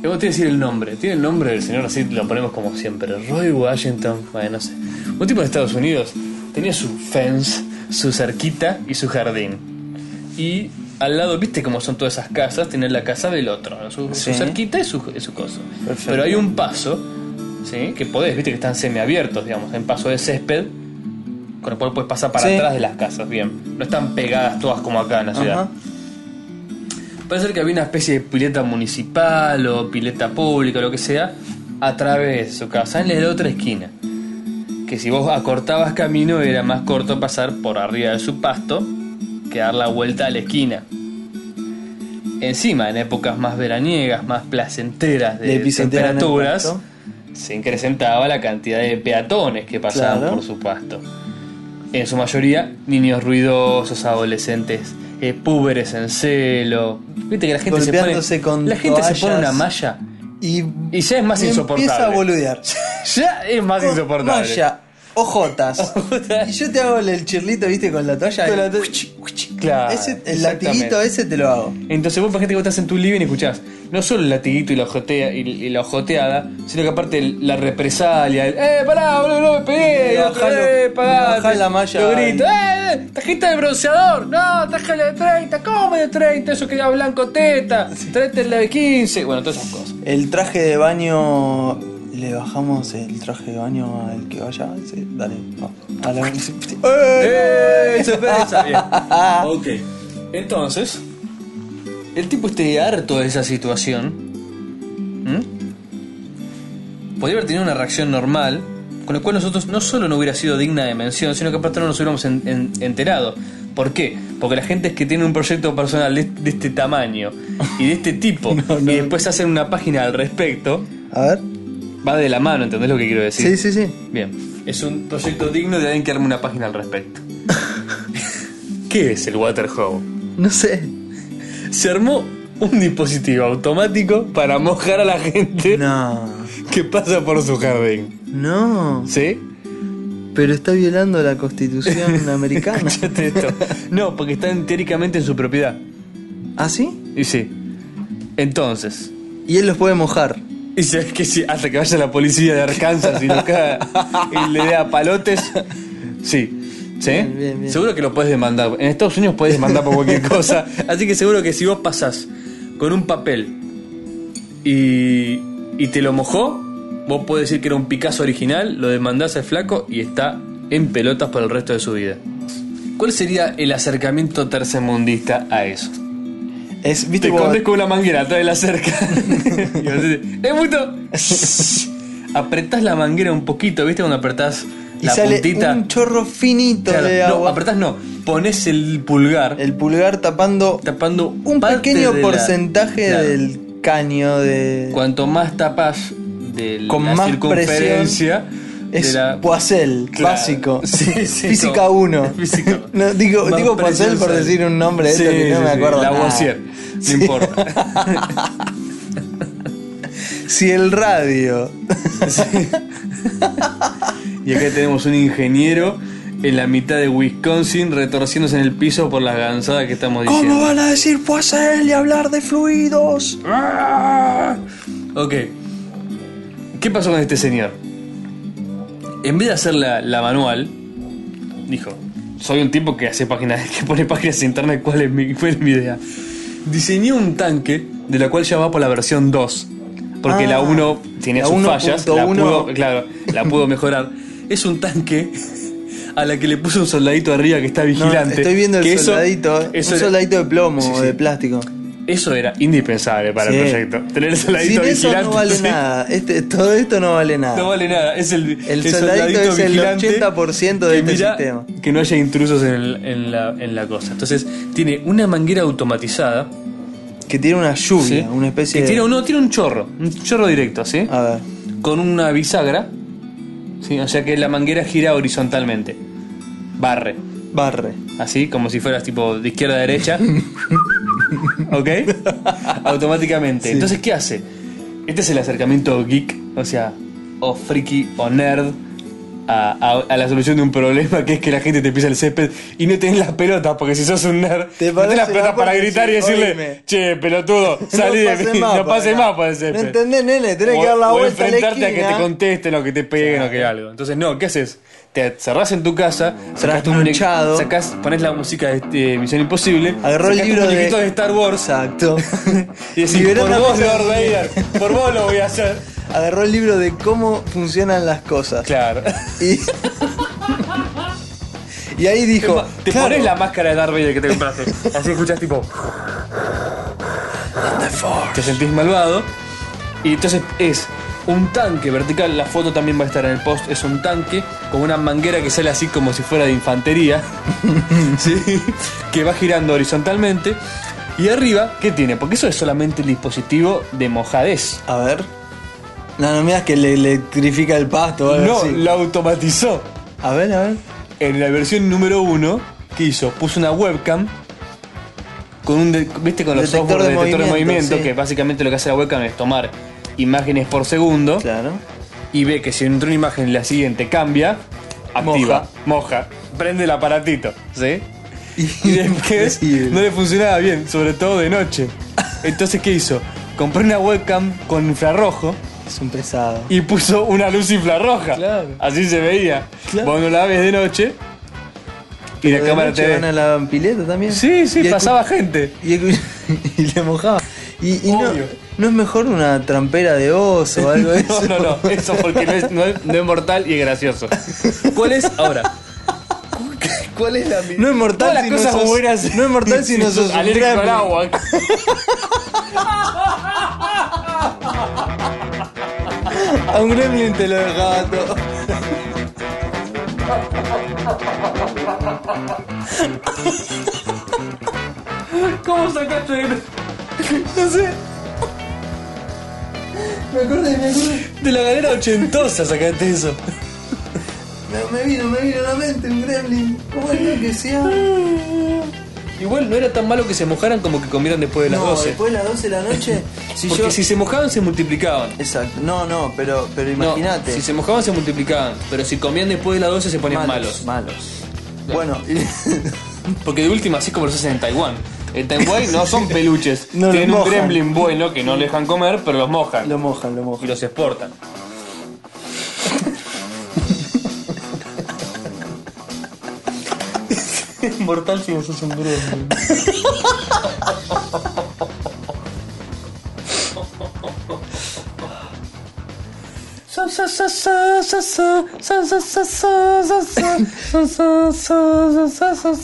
[SPEAKER 2] Le voy a decir el nombre. Tiene el nombre del señor, así lo ponemos como siempre. Roy Washington, bueno, no sé. Un tipo de Estados Unidos tenía su fence, su cerquita y su jardín. Y al lado, viste cómo son todas esas casas, tiene la casa del otro, ¿no? su, su
[SPEAKER 1] Sí.
[SPEAKER 2] cerquita y su, y su coso.
[SPEAKER 1] Perfecto.
[SPEAKER 2] Pero hay un paso, ¿sí? Que podés, viste que están semiabiertos, digamos. Hay un paso de césped, con el cual puedes pasar para
[SPEAKER 1] Sí.
[SPEAKER 2] atrás de las casas, bien. No están pegadas todas como acá en la ciudad.
[SPEAKER 1] Ajá.
[SPEAKER 2] Puede ser que había una especie de pileta municipal o pileta pública o lo que sea a través de su casa en la otra esquina. Que si vos acortabas camino era más corto pasar por arriba de su pasto que dar la vuelta a la esquina. Encima, en épocas más veraniegas, más placenteras de,
[SPEAKER 1] Le pisoteaban el
[SPEAKER 2] temperaturas,
[SPEAKER 1] pasto.
[SPEAKER 2] se incrementaba la cantidad de peatones que pasaban
[SPEAKER 1] Claro.
[SPEAKER 2] por su pasto. En su mayoría, niños ruidosos, adolescentes eh, púberes en celo. Viste que la gente se
[SPEAKER 1] Golpeándose
[SPEAKER 2] pone.
[SPEAKER 1] con
[SPEAKER 2] la gente se pone una
[SPEAKER 1] toallas.
[SPEAKER 2] malla.
[SPEAKER 1] Y,
[SPEAKER 2] Y ya es más
[SPEAKER 1] y Empieza a
[SPEAKER 2] insoportable.
[SPEAKER 1] boludear.
[SPEAKER 2] Ya es más
[SPEAKER 1] Con
[SPEAKER 2] insoportable.
[SPEAKER 1] Malla, ojotas.
[SPEAKER 2] Ojotas.
[SPEAKER 1] y yo te hago el- el chirlito, viste, con la toalla.
[SPEAKER 2] Con la to-
[SPEAKER 1] Uchi, uchi.
[SPEAKER 2] Claro,
[SPEAKER 1] Ese- el
[SPEAKER 2] exactamente.
[SPEAKER 1] latiguito ese te lo hago.
[SPEAKER 2] Entonces vos, por gente que vos estás en tu living y escuchás no solo el latiguito y la, ojotea, y, y la ojoteada, sino que aparte el- la represalia, el ¡eh, pará, boludo, no me pegué!
[SPEAKER 1] Me
[SPEAKER 2] y otro,
[SPEAKER 1] bajá lo-
[SPEAKER 2] ¡eh,
[SPEAKER 1] me
[SPEAKER 2] pará!
[SPEAKER 1] bajá la malla.
[SPEAKER 2] Yo grito, ¡eh, eh, tajita de bronceador! ¡No, tajala de 30! ¿Cómo de 30? Eso queda blanco teta, tráete la de 15. Bueno, todas esas cosas.
[SPEAKER 1] El traje de baño. Le bajamos el traje de baño al que vaya. Sí, dale. no. A la-
[SPEAKER 2] ¡Eh, sorpresa! Bien. Ok. Entonces, el tipo esté harto de esa situación. ¿Mm? Podría haber tenido una reacción normal, con lo cual nosotros no solo no hubiera sido digna de mención, sino que aparte no nos hubiéramos en- en- enterado. ¿Por qué? Porque la gente es que tiene un proyecto personal de, de este tamaño y de este tipo, y después hacen una página al respecto,
[SPEAKER 1] A ver.
[SPEAKER 2] va de la mano, ¿entendés lo que quiero
[SPEAKER 1] Sí,
[SPEAKER 2] decir?
[SPEAKER 1] sí, sí.
[SPEAKER 2] Bien, es un proyecto digno de alguien que arme una página al respecto. ¿Qué es el Waterhoe?
[SPEAKER 1] No sé.
[SPEAKER 2] Se armó un dispositivo automático para mojar a la gente
[SPEAKER 1] No.
[SPEAKER 2] que pasa por su jardín.
[SPEAKER 1] No.
[SPEAKER 2] ¿Sí?
[SPEAKER 1] Pero está violando la constitución americana.
[SPEAKER 2] Escuchate esto. No, porque están teóricamente en su propiedad.
[SPEAKER 1] ¿Ah, sí?
[SPEAKER 2] Y sí. Entonces.
[SPEAKER 1] Y él los puede mojar.
[SPEAKER 2] Y sabes que si hasta que vaya la policía de Arkansas y lo caga y le dé a palotes. Sí. ¿Sí?
[SPEAKER 1] Bien, bien, bien.
[SPEAKER 2] Seguro que lo puedes demandar. En Estados Unidos puedes demandar por cualquier cosa. Así que seguro que si vos pasás con un papel y, y te lo mojó, vos podés decir que era un Picasso original, lo demandás al flaco y está en pelotas para el resto de su vida. ¿Cuál sería el acercamiento tercermundista a eso?
[SPEAKER 1] Es,
[SPEAKER 2] Te
[SPEAKER 1] ¿viste como-
[SPEAKER 2] escondes con una manguera atrás de la cerca. y vos decís, ¡Eh, puto! apretás la manguera un poquito, ¿viste? Cuando apretás
[SPEAKER 1] Y
[SPEAKER 2] la
[SPEAKER 1] sale
[SPEAKER 2] puntita.
[SPEAKER 1] un chorro finito
[SPEAKER 2] Claro,
[SPEAKER 1] de
[SPEAKER 2] no,
[SPEAKER 1] agua.
[SPEAKER 2] apretás no. Pones el pulgar
[SPEAKER 1] El pulgar tapando
[SPEAKER 2] tapando
[SPEAKER 1] un
[SPEAKER 2] parte
[SPEAKER 1] pequeño
[SPEAKER 2] de la-
[SPEAKER 1] porcentaje
[SPEAKER 2] Claro.
[SPEAKER 1] del caño de.
[SPEAKER 2] Cuanto más tapas de
[SPEAKER 1] Con
[SPEAKER 2] la
[SPEAKER 1] más
[SPEAKER 2] circunferencia. de
[SPEAKER 1] es
[SPEAKER 2] la-
[SPEAKER 1] Poisel,
[SPEAKER 2] Claro.
[SPEAKER 1] básico.
[SPEAKER 2] Sí, sí,
[SPEAKER 1] Física
[SPEAKER 2] como-
[SPEAKER 1] 1.
[SPEAKER 2] Física.
[SPEAKER 1] No, digo
[SPEAKER 2] Más
[SPEAKER 1] digo Poisel
[SPEAKER 2] presión
[SPEAKER 1] por
[SPEAKER 2] sale.
[SPEAKER 1] decir un nombre de esto
[SPEAKER 2] Sí,
[SPEAKER 1] que no
[SPEAKER 2] sí,
[SPEAKER 1] me
[SPEAKER 2] sí,
[SPEAKER 1] acuerdo.
[SPEAKER 2] La
[SPEAKER 1] nada.
[SPEAKER 2] Boisier, no importa.
[SPEAKER 1] Si el radio.
[SPEAKER 2] Y acá tenemos un ingeniero en la mitad de Wisconsin retorciéndose en el piso por las gansadas que estamos diciendo.
[SPEAKER 1] ¿Cómo van a decir Poisel y hablar de fluidos?
[SPEAKER 2] Ah. Ok. ¿Qué pasó con este señor? En vez de hacer la, la manual, dijo, soy un tipo que hace páginas, que pone páginas en internet, ¿cuál es mi, cuál es mi idea? Diseñó un tanque, de la cual ya va por la versión 2, porque
[SPEAKER 1] Ah,
[SPEAKER 2] la 1 tiene
[SPEAKER 1] la
[SPEAKER 2] sus
[SPEAKER 1] 1.1.
[SPEAKER 2] fallas, la pudo, claro, la pudo mejorar. Es un tanque a la que le puso un soldadito arriba que está
[SPEAKER 1] No,
[SPEAKER 2] vigilante.
[SPEAKER 1] estoy viendo el
[SPEAKER 2] que eso-
[SPEAKER 1] soldadito. eh.
[SPEAKER 2] eso
[SPEAKER 1] un
[SPEAKER 2] era-
[SPEAKER 1] soldadito de plomo
[SPEAKER 2] Sí,
[SPEAKER 1] o
[SPEAKER 2] sí.
[SPEAKER 1] de plástico.
[SPEAKER 2] Eso era indispensable para
[SPEAKER 1] Sí.
[SPEAKER 2] el proyecto. Tener el
[SPEAKER 1] Sin
[SPEAKER 2] soldadito
[SPEAKER 1] eso
[SPEAKER 2] vigilante.
[SPEAKER 1] no vale
[SPEAKER 2] sí.
[SPEAKER 1] nada. Este, todo esto no vale nada.
[SPEAKER 2] No vale nada. Es el,
[SPEAKER 1] El soldadito es el 80% de
[SPEAKER 2] que
[SPEAKER 1] este
[SPEAKER 2] mira
[SPEAKER 1] sistema.
[SPEAKER 2] Que no haya intrusos en, el- en la, en la cosa. Entonces, tiene una manguera automatizada.
[SPEAKER 1] Que tiene una lluvia,
[SPEAKER 2] ¿sí?
[SPEAKER 1] una especie
[SPEAKER 2] que
[SPEAKER 1] de. Ah.
[SPEAKER 2] tiene, no, tiene un chorro. Un chorro directo, ¿sí?
[SPEAKER 1] A ver.
[SPEAKER 2] Con una bisagra. ¿sí? O sea que la manguera gira horizontalmente. Barre.
[SPEAKER 1] Barre.
[SPEAKER 2] Así, como si fueras tipo de izquierda a derecha. ¿Ok? Automáticamente. Entonces, ¿qué hace? Este es el acercamiento geek, o sea, o friki o nerd a, a- a la solución de un problema que es que la gente te pisa el césped y no tenés las pelotas, porque si sos un nerd,
[SPEAKER 1] Te
[SPEAKER 2] no tenés
[SPEAKER 1] parece
[SPEAKER 2] las pelotas
[SPEAKER 1] la
[SPEAKER 2] para
[SPEAKER 1] parte,
[SPEAKER 2] gritar y
[SPEAKER 1] sí,
[SPEAKER 2] decirle,
[SPEAKER 1] oíme.
[SPEAKER 2] che, pelotudo, salí de
[SPEAKER 1] pases
[SPEAKER 2] mí,
[SPEAKER 1] más
[SPEAKER 2] no
[SPEAKER 1] por
[SPEAKER 2] pases
[SPEAKER 1] acá.
[SPEAKER 2] más por el césped.
[SPEAKER 1] No entendés, nene, tenés
[SPEAKER 2] O-
[SPEAKER 1] que dar la
[SPEAKER 2] o
[SPEAKER 1] vuelta a la
[SPEAKER 2] enfrentarte a, que
[SPEAKER 1] esquina.
[SPEAKER 2] te contesten o que te peguen o que algo. Entonces, no, ¿qué haces? Te cerrás en tu casa, sacás tu
[SPEAKER 1] Trasnochado.
[SPEAKER 2] sacás, ponés la música de este, Misión Imposible,
[SPEAKER 1] Agarró el
[SPEAKER 2] sacás tu
[SPEAKER 1] libro
[SPEAKER 2] muñequito de Star Wars
[SPEAKER 1] Exacto.
[SPEAKER 2] y decís,
[SPEAKER 1] Liberó
[SPEAKER 2] por
[SPEAKER 1] la
[SPEAKER 2] vos,
[SPEAKER 1] mesa de
[SPEAKER 2] Lord
[SPEAKER 1] cine.
[SPEAKER 2] Vader, por vos lo voy a hacer.
[SPEAKER 1] Agarró el libro de cómo funcionan las cosas.
[SPEAKER 2] Claro.
[SPEAKER 1] Y, y ahí dijo.
[SPEAKER 2] Te
[SPEAKER 1] claro,
[SPEAKER 2] pones la máscara de Darth Vader que te compraste. Así escuchás tipo. Te sentís malvado. Y entonces es un tanque vertical. La foto también va a estar en el post. Es un tanque con una manguera que sale así como si fuera de infantería. ¿sí? Que va girando horizontalmente. Y arriba, ¿qué tiene? Porque eso es solamente el dispositivo de mojadez.
[SPEAKER 1] A ver. No, no me digas que le electrifica el pasto o algo
[SPEAKER 2] No,
[SPEAKER 1] así.
[SPEAKER 2] lo automatizó.
[SPEAKER 1] A ver, a ver.
[SPEAKER 2] En la versión número uno, ¿qué hizo? Puso una webcam con un de- viste con los
[SPEAKER 1] Detector
[SPEAKER 2] software de
[SPEAKER 1] de
[SPEAKER 2] detector
[SPEAKER 1] movimiento,
[SPEAKER 2] de movimiento,
[SPEAKER 1] sí.
[SPEAKER 2] que básicamente lo que hace la webcam es tomar imágenes por segundo
[SPEAKER 1] Claro.
[SPEAKER 2] y ve que si entre una imagen y la siguiente cambia, activa, moja, prende el aparatito, ¿sí? Y después
[SPEAKER 1] Decide.
[SPEAKER 2] no le funcionaba bien, sobre todo de noche. Entonces, ¿qué hizo? Compré una webcam con infrarrojo
[SPEAKER 1] Es un pesado.
[SPEAKER 2] y puso una luz infrarroja.
[SPEAKER 1] Claro.
[SPEAKER 2] Así se veía.
[SPEAKER 1] Claro.
[SPEAKER 2] Vos no la ves de noche y la
[SPEAKER 1] Pero de
[SPEAKER 2] cámara
[SPEAKER 1] noche
[SPEAKER 2] te
[SPEAKER 1] van a
[SPEAKER 2] ve.
[SPEAKER 1] la pileta también.
[SPEAKER 2] Sí, sí,
[SPEAKER 1] Y escu-
[SPEAKER 2] pasaba gente.
[SPEAKER 1] Y, escu- y le mojaba. Y, y no,
[SPEAKER 2] Obvio.
[SPEAKER 1] no es mejor una trampera de oso o algo de
[SPEAKER 2] No,
[SPEAKER 1] eso.
[SPEAKER 2] no, no, eso porque no es, no es- no es mortal y es gracioso. ¿Cuál es ahora? ¿Cuál es la
[SPEAKER 1] No es mortal
[SPEAKER 2] Todas las
[SPEAKER 1] si no
[SPEAKER 2] cosas
[SPEAKER 1] sos-
[SPEAKER 2] buenas.
[SPEAKER 1] no es mortal si no sos un
[SPEAKER 2] alérgico
[SPEAKER 1] gremlin.
[SPEAKER 2] al agua.
[SPEAKER 1] A un gremlin te lo dejaba todo.
[SPEAKER 2] ¿Cómo sacaste de.?
[SPEAKER 1] No sé. Me acordé, me acordé.
[SPEAKER 2] De la galera ochentosa sacaste eso.
[SPEAKER 1] No, me vino, me vino a la mente un gremlin. ¿Cómo es que sea?
[SPEAKER 2] Igual no era tan malo que se mojaran como que comieran después de las
[SPEAKER 1] no,
[SPEAKER 2] 12.
[SPEAKER 1] después de las 12 de la noche. Si
[SPEAKER 2] Porque
[SPEAKER 1] yo...
[SPEAKER 2] si se mojaban se multiplicaban.
[SPEAKER 1] Exacto. No, no, pero, pero
[SPEAKER 2] No,
[SPEAKER 1] imagínate.
[SPEAKER 2] si se mojaban se multiplicaban, pero si comían después de las 12 se ponían malos.
[SPEAKER 1] malos. Malos. Bueno,
[SPEAKER 2] Porque de última, así como lo hacen en Taiwán. En Taiwán no son peluches.
[SPEAKER 1] No, los
[SPEAKER 2] Tienen un
[SPEAKER 1] mojan.
[SPEAKER 2] gremlin bueno que no lo dejan comer, pero los mojan.
[SPEAKER 1] lo mojan, lo mojan.
[SPEAKER 2] Y los exportan. Mortal si no sos un gremlin.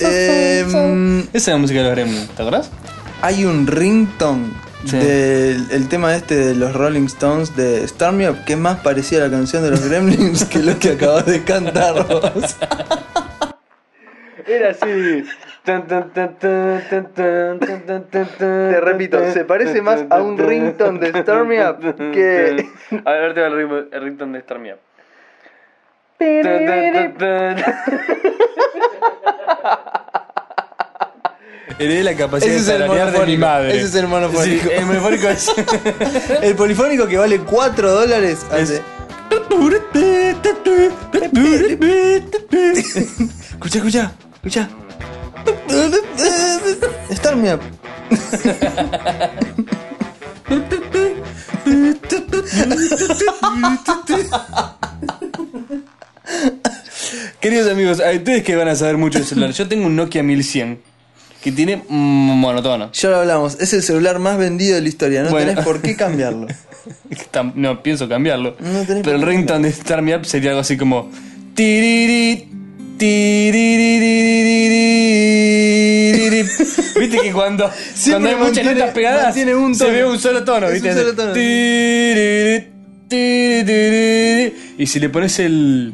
[SPEAKER 1] Em,
[SPEAKER 2] Esa es la música de los gremlins, ¿te acordás?
[SPEAKER 1] Hay un ringtone
[SPEAKER 2] Sí.
[SPEAKER 1] del el tema este de los Rolling Stones de Start Me Up que es más parecía a la canción de los Gremlins que lo que acabas de cantar vos.
[SPEAKER 2] Era así. Te
[SPEAKER 1] Te repito, se parece más a un ringtone de Start Me Up que-
[SPEAKER 2] A ver, ahora te va el ritmo- el ringtone de Star Me Up. Heredé la capacidad
[SPEAKER 1] Ese es
[SPEAKER 2] de
[SPEAKER 1] el
[SPEAKER 2] tararear de mi
[SPEAKER 1] monofónico,
[SPEAKER 2] madre.
[SPEAKER 1] ese es el monofónico.
[SPEAKER 2] Sí, el monofónico es...
[SPEAKER 1] El polifónico que vale 4 dólares hace. Escucha, escucha, escucha. Start Me Up.
[SPEAKER 2] Queridos amigos, a ustedes que van a saber mucho de celular, yo tengo un Nokia 1100 que tiene mm, monotono.
[SPEAKER 1] Ya lo hablamos, es el celular más vendido de la historia, no
[SPEAKER 2] Bueno.
[SPEAKER 1] tenés por qué cambiarlo.
[SPEAKER 2] Tam- No pienso cambiarlo.
[SPEAKER 1] No tenés
[SPEAKER 2] pero el ringtone de Star Me Up sería algo así como. "Tiriri, tiriririririririri". Viste que cuando, cuando
[SPEAKER 1] Siempre
[SPEAKER 2] hay muchas
[SPEAKER 1] mantiene-
[SPEAKER 2] notas pegadas
[SPEAKER 1] mantiene un
[SPEAKER 2] se
[SPEAKER 1] tono.
[SPEAKER 2] ve un solo tono,
[SPEAKER 1] Es
[SPEAKER 2] ¿viste?
[SPEAKER 1] un solo tono.
[SPEAKER 2] Tiriri, tiriri. Y si le pones el,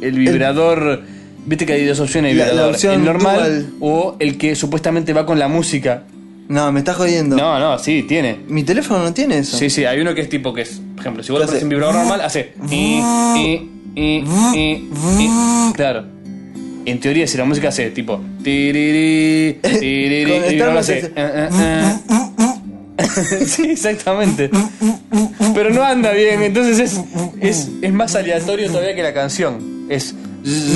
[SPEAKER 2] el vibrador, viste que hay dos opciones de
[SPEAKER 1] La- la
[SPEAKER 2] vibrador,
[SPEAKER 1] opción
[SPEAKER 2] el normal
[SPEAKER 1] dual.
[SPEAKER 2] o el que supuestamente va con la música.
[SPEAKER 1] No, me estás jodiendo.
[SPEAKER 2] No, no, sí, tiene.
[SPEAKER 1] Mi teléfono no tiene eso.
[SPEAKER 2] Sí, sí, hay uno que es tipo que es, por ejemplo, si vos
[SPEAKER 1] ¿Qué
[SPEAKER 2] le pones
[SPEAKER 1] hace?
[SPEAKER 2] un vibrador normal, hace. i, i, i, i, i. Claro. En teoría, si la música hace tipo. tiriri, tiriri,
[SPEAKER 1] Con
[SPEAKER 2] el vibrador
[SPEAKER 1] Starbucks
[SPEAKER 2] hace.
[SPEAKER 1] hace-
[SPEAKER 2] eh, eh, eh. Sí, exactamente. Pero no anda bien, entonces es, es, es más aleatorio todavía que la canción. Es.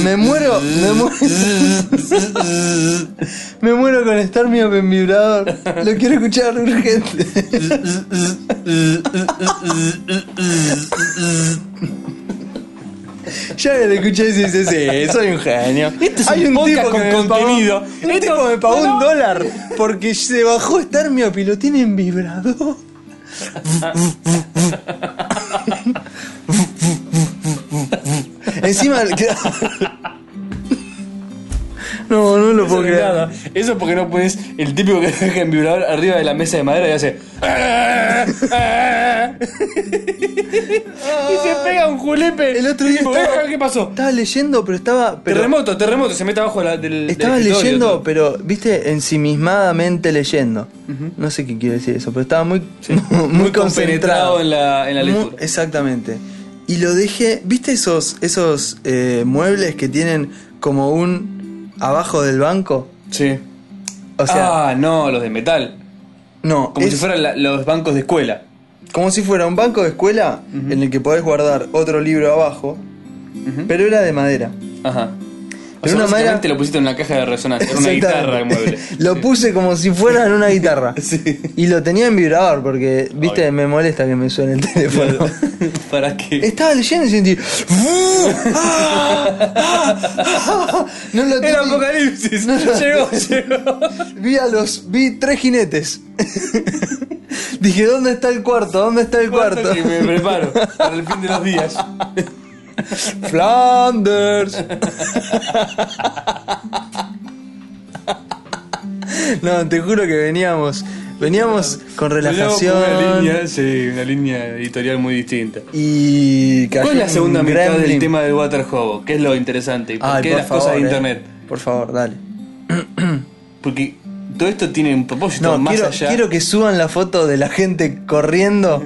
[SPEAKER 1] Me muero, me muero. me muero con estar mío en vibrador. Lo quiero escuchar urgente. ya lo escuché y dice, sí, soy un genio.
[SPEAKER 2] Este es un podcast con
[SPEAKER 1] me pagó-
[SPEAKER 2] contenido.
[SPEAKER 1] un
[SPEAKER 2] Esto-
[SPEAKER 1] tipo me pagó
[SPEAKER 2] no.
[SPEAKER 1] un dólar porque se bajó estar mío y lo tiene en vibrador. Encima. No, no lo puedo
[SPEAKER 2] Eso no es
[SPEAKER 1] creer.
[SPEAKER 2] nada. Eso porque no pones el típico que deja en vibrador arriba de la mesa de madera y hace. "Ah, y se pega un julepe.
[SPEAKER 1] El otro día
[SPEAKER 2] Tipo, "Ah,
[SPEAKER 1] estaba-
[SPEAKER 2] ¿Qué pasó?
[SPEAKER 1] Estaba leyendo, pero estaba. Pero
[SPEAKER 2] terremoto, terremoto. Se mete abajo de la- del. del
[SPEAKER 1] Estaba
[SPEAKER 2] escritorio,
[SPEAKER 1] leyendo,
[SPEAKER 2] todo.
[SPEAKER 1] pero, viste, ensimismadamente leyendo. No sé qué quiere decir eso, pero estaba muy, muy,
[SPEAKER 2] Compenetrado
[SPEAKER 1] concentrado. eh,
[SPEAKER 2] en la, en la
[SPEAKER 1] Mu-
[SPEAKER 2] lectura.
[SPEAKER 1] exactamente. Y lo dejé. ¿Viste esos, esos eh, muebles que tienen como un. abajo del banco?
[SPEAKER 2] Sí.
[SPEAKER 1] O sea,
[SPEAKER 2] ah, no, los de metal.
[SPEAKER 1] no,
[SPEAKER 2] Como
[SPEAKER 1] es
[SPEAKER 2] si fueran la- los bancos de escuela.
[SPEAKER 1] como si fuera un banco de escuela en el que podés guardar otro libro abajo, pero era de madera.
[SPEAKER 2] Ajá. O
[SPEAKER 1] De
[SPEAKER 2] sea,
[SPEAKER 1] una manera-
[SPEAKER 2] básicamente lo pusiste en una caja de resonancia, era una guitarra de
[SPEAKER 1] Exactamente.
[SPEAKER 2] mueble.
[SPEAKER 1] lo
[SPEAKER 2] Sí.
[SPEAKER 1] puse como si fuera en una guitarra.
[SPEAKER 2] Sí.
[SPEAKER 1] Y lo tenía en vibrador porque, viste,
[SPEAKER 2] Obvio.
[SPEAKER 1] me molesta que me suene el teléfono.
[SPEAKER 2] ¿Para qué?
[SPEAKER 1] Estaba leyendo y sentí. ah, no lo
[SPEAKER 2] Era
[SPEAKER 1] toqué.
[SPEAKER 2] apocalipsis. llegó, llegó.
[SPEAKER 1] Vi a los. Vi tres jinetes. Dije, ¿dónde está el cuarto? ¿Dónde está el cuarto?
[SPEAKER 2] Y me preparo para el fin de los días.
[SPEAKER 1] Flanders. no, te juro que veníamos. Veníamos con
[SPEAKER 2] Una
[SPEAKER 1] relajación.
[SPEAKER 2] línea, sí, una línea editorial muy distinta.
[SPEAKER 1] Y cayó
[SPEAKER 2] ¿Cuál es la segunda
[SPEAKER 1] un
[SPEAKER 2] mitad del
[SPEAKER 1] gremlin.
[SPEAKER 2] tema del water hobo? ¿Qué es lo interesante? ¿Y por
[SPEAKER 1] Ay,
[SPEAKER 2] qué
[SPEAKER 1] por
[SPEAKER 2] las
[SPEAKER 1] favor,
[SPEAKER 2] cosas de
[SPEAKER 1] eh.
[SPEAKER 2] internet?
[SPEAKER 1] Por favor, dale.
[SPEAKER 2] Porque todo esto tiene un propósito
[SPEAKER 1] No,
[SPEAKER 2] más
[SPEAKER 1] quiero,
[SPEAKER 2] allá.
[SPEAKER 1] quiero que suban la foto de la gente corriendo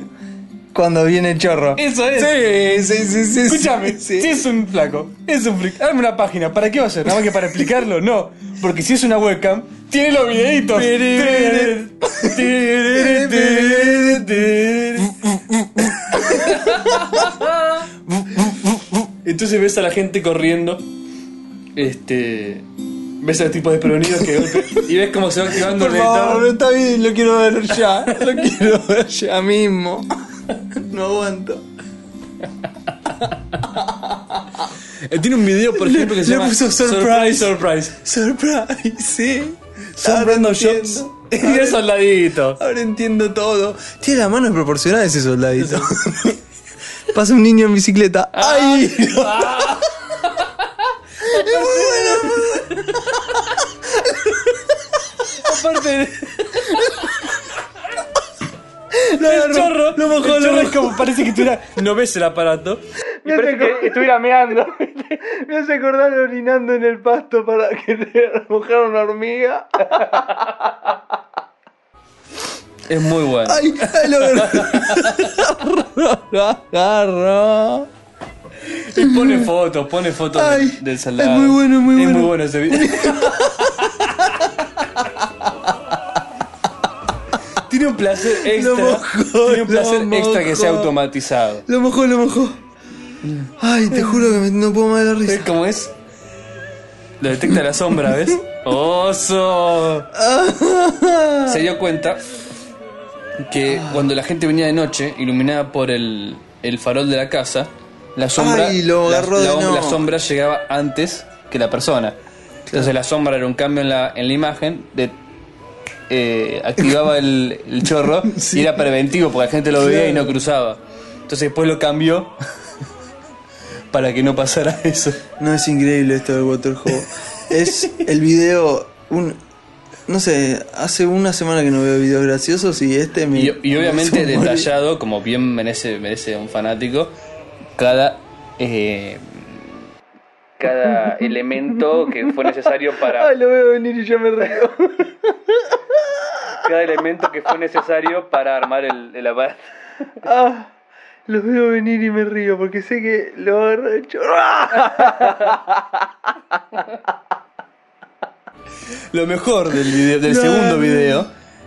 [SPEAKER 1] cuando viene el chorro.
[SPEAKER 2] Eso es.
[SPEAKER 1] Sí, sí, sí, sí.
[SPEAKER 2] Escúchame,
[SPEAKER 1] sí.
[SPEAKER 2] si es un flaco, es un freak, hazme una página, ¿para qué va a ser? ¿Nada más que para explicarlo? No, porque si es una webcam, tiene los videitos. Entonces ves a la gente corriendo, este... Ves a los tipos desprevenidos que de golpe- y ves cómo se va activando
[SPEAKER 1] Por
[SPEAKER 2] el
[SPEAKER 1] favor,
[SPEAKER 2] editor.
[SPEAKER 1] está bien, lo quiero ver ya. Lo quiero ver ya mismo. No aguanto.
[SPEAKER 2] Eh, Tiene un video, por ejemplo, que se
[SPEAKER 1] le
[SPEAKER 2] llama
[SPEAKER 1] puso
[SPEAKER 2] Surprise
[SPEAKER 1] Surprise.
[SPEAKER 2] Surprise.
[SPEAKER 1] Surprise, ¿eh? sí. Ah,
[SPEAKER 2] Son random shots. Y es soldadito.
[SPEAKER 1] Ahora entiendo todo. Tiene las manos proporcionadas ese soldadito. Pasa un niño en bicicleta. ¡Ay! ¡Es muy bueno!
[SPEAKER 2] Aparte,
[SPEAKER 1] Lo
[SPEAKER 2] el
[SPEAKER 1] agarró,
[SPEAKER 2] chorro,
[SPEAKER 1] lo mojó, lo
[SPEAKER 2] el chorro es
[SPEAKER 1] mojó.
[SPEAKER 2] como parece que tuviera. No ves el aparato.
[SPEAKER 1] Me hace, acor-
[SPEAKER 2] Estuviera meando.
[SPEAKER 1] me hace acordar orinando en el pasto para que le mojara una hormiga.
[SPEAKER 2] Es muy bueno.
[SPEAKER 1] ¡Ay! ay, lo agarró. Lo agarró.
[SPEAKER 2] Y pone fotos, pone fotos
[SPEAKER 1] Ay,
[SPEAKER 2] del, del soldado.
[SPEAKER 1] es muy bueno, es muy
[SPEAKER 2] Es muy
[SPEAKER 1] bueno.
[SPEAKER 2] bueno ese video. Tiene un placer extra.
[SPEAKER 1] Lo mojó,
[SPEAKER 2] tiene un
[SPEAKER 1] lo
[SPEAKER 2] placer extra que sea
[SPEAKER 1] mojó.
[SPEAKER 2] automatizado.
[SPEAKER 1] Lo mojó, lo mojó. Ay, te juro que me- no puedo más de la
[SPEAKER 2] ¿Ves
[SPEAKER 1] risa.
[SPEAKER 2] cómo es? Lo detecta la sombra, ¿ves? ¡Oso! Se dio cuenta que
[SPEAKER 1] Ah.
[SPEAKER 2] cuando la gente venía de noche, iluminada por el, el farol de la casa, la sombra,
[SPEAKER 1] Ay, lo
[SPEAKER 2] la,
[SPEAKER 1] agarró de
[SPEAKER 2] la- la
[SPEAKER 1] no.
[SPEAKER 2] sombra llegaba antes que la persona. Entonces la sombra era un cambio en la, en la imagen, de, eh, activaba el, el chorro y era preventivo porque la gente lo veía y no cruzaba. Entonces después lo cambió para que no pasara eso.
[SPEAKER 1] No es increíble esto del Waterhoe. es el video. Un, no sé, hace una semana que no veo videos graciosos y este me.
[SPEAKER 2] Y, y obviamente
[SPEAKER 1] me hizo morir.
[SPEAKER 2] detallado, como bien merece, merece un fanático, cada, eh, cada elemento que fue necesario para...
[SPEAKER 1] Ay, lo veo venir y yo me río.
[SPEAKER 2] Cada elemento que fue necesario para armar el, el aparato.
[SPEAKER 1] Ah, lo veo venir y me río porque sé que lo agarró el chorro. ¡Ah!
[SPEAKER 2] Lo mejor del, video- del
[SPEAKER 1] No.
[SPEAKER 2] segundo video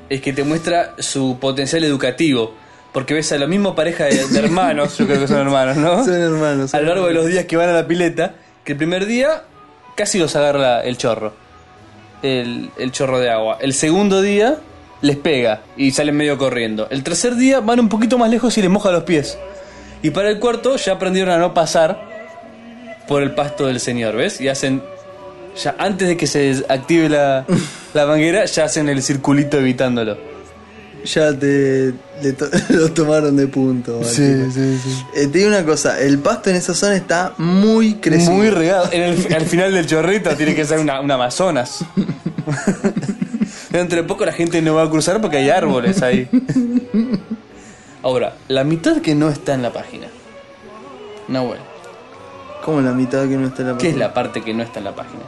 [SPEAKER 2] es que te muestra su potencial educativo. Porque ves a la misma pareja de, de hermanos, yo creo que son hermanos, ¿no?
[SPEAKER 1] Son hermanos.
[SPEAKER 2] a lo largo de los días que van a la pileta, que el primer día casi los agarra el chorro. El, el chorro de agua. El segundo día les pega y salen medio corriendo. El tercer día van un poquito más lejos y les moja los pies. Y para el cuarto ya aprendieron a no pasar por el pasto del señor, ¿ves? Y hacen. Ya antes de que se active la, la manguera, ya hacen el circulito evitándolo.
[SPEAKER 1] Ya te le to- lo tomaron de punto. al tipo.
[SPEAKER 2] sí, sí.
[SPEAKER 1] Eh, te digo una cosa, el pasto en esa zona está muy crecido.
[SPEAKER 2] Muy regado. En el- al final del chorrito tiene que ser una, una Amazonas. Dentro de poco la gente no va a cruzar porque hay árboles ahí. Ahora, la mitad que no está en la página. Nahuel,
[SPEAKER 1] Como la mitad que no está la
[SPEAKER 2] ¿qué es
[SPEAKER 1] parte.
[SPEAKER 2] la parte que no está en la página?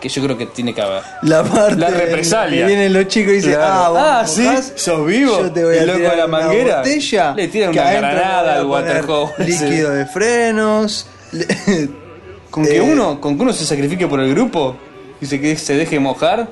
[SPEAKER 2] Que yo creo que tiene que haber.
[SPEAKER 1] La parte.
[SPEAKER 2] La represalia.
[SPEAKER 1] que vienen los chicos y dicen,
[SPEAKER 2] Claro.
[SPEAKER 1] ah, vos
[SPEAKER 2] Ah,
[SPEAKER 1] me
[SPEAKER 2] sí,
[SPEAKER 1] mojás,
[SPEAKER 2] sos vivo.
[SPEAKER 1] Yo te voy
[SPEAKER 2] El
[SPEAKER 1] a
[SPEAKER 2] loco
[SPEAKER 1] tirar
[SPEAKER 2] de la
[SPEAKER 1] una
[SPEAKER 2] manguera
[SPEAKER 1] botella
[SPEAKER 2] le tira
[SPEAKER 1] que
[SPEAKER 2] una
[SPEAKER 1] adentro le voy a
[SPEAKER 2] granada al
[SPEAKER 1] poner
[SPEAKER 2] waterhole".
[SPEAKER 1] Líquido de frenos. le-
[SPEAKER 2] Con que
[SPEAKER 1] Eh.
[SPEAKER 2] uno, con que uno se sacrifique por el grupo y se, que- se deje mojar,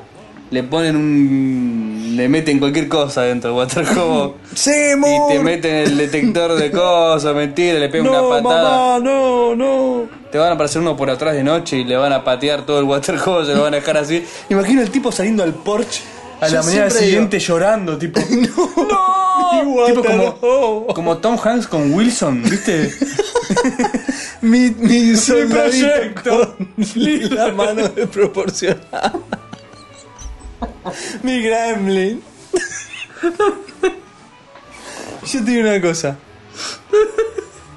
[SPEAKER 2] le ponen un. le meten cualquier cosa dentro del waterhobo.
[SPEAKER 1] ¡Seymour!
[SPEAKER 2] y te meten el detector de cosas, mentira, le pegan
[SPEAKER 1] ¡No,
[SPEAKER 2] una patada.
[SPEAKER 1] mamá! ¡No, no!
[SPEAKER 2] Te van a aparecer uno por atrás de noche y le van a patear todo el waterhobo, se lo van a dejar así. Imagino el tipo saliendo al porche a
[SPEAKER 1] Yo
[SPEAKER 2] la mañana
[SPEAKER 1] siempre
[SPEAKER 2] siguiente llorando, tipo. ¡No!
[SPEAKER 1] Mi
[SPEAKER 2] Tipo Oh. como,
[SPEAKER 1] waterhobo.
[SPEAKER 2] como Tom Hanks con Wilson, ¿viste?
[SPEAKER 1] Mi, mi soldadito
[SPEAKER 2] proyecto.
[SPEAKER 1] con la mano desproporcionada. Mi gremlin. Yo te digo una cosa.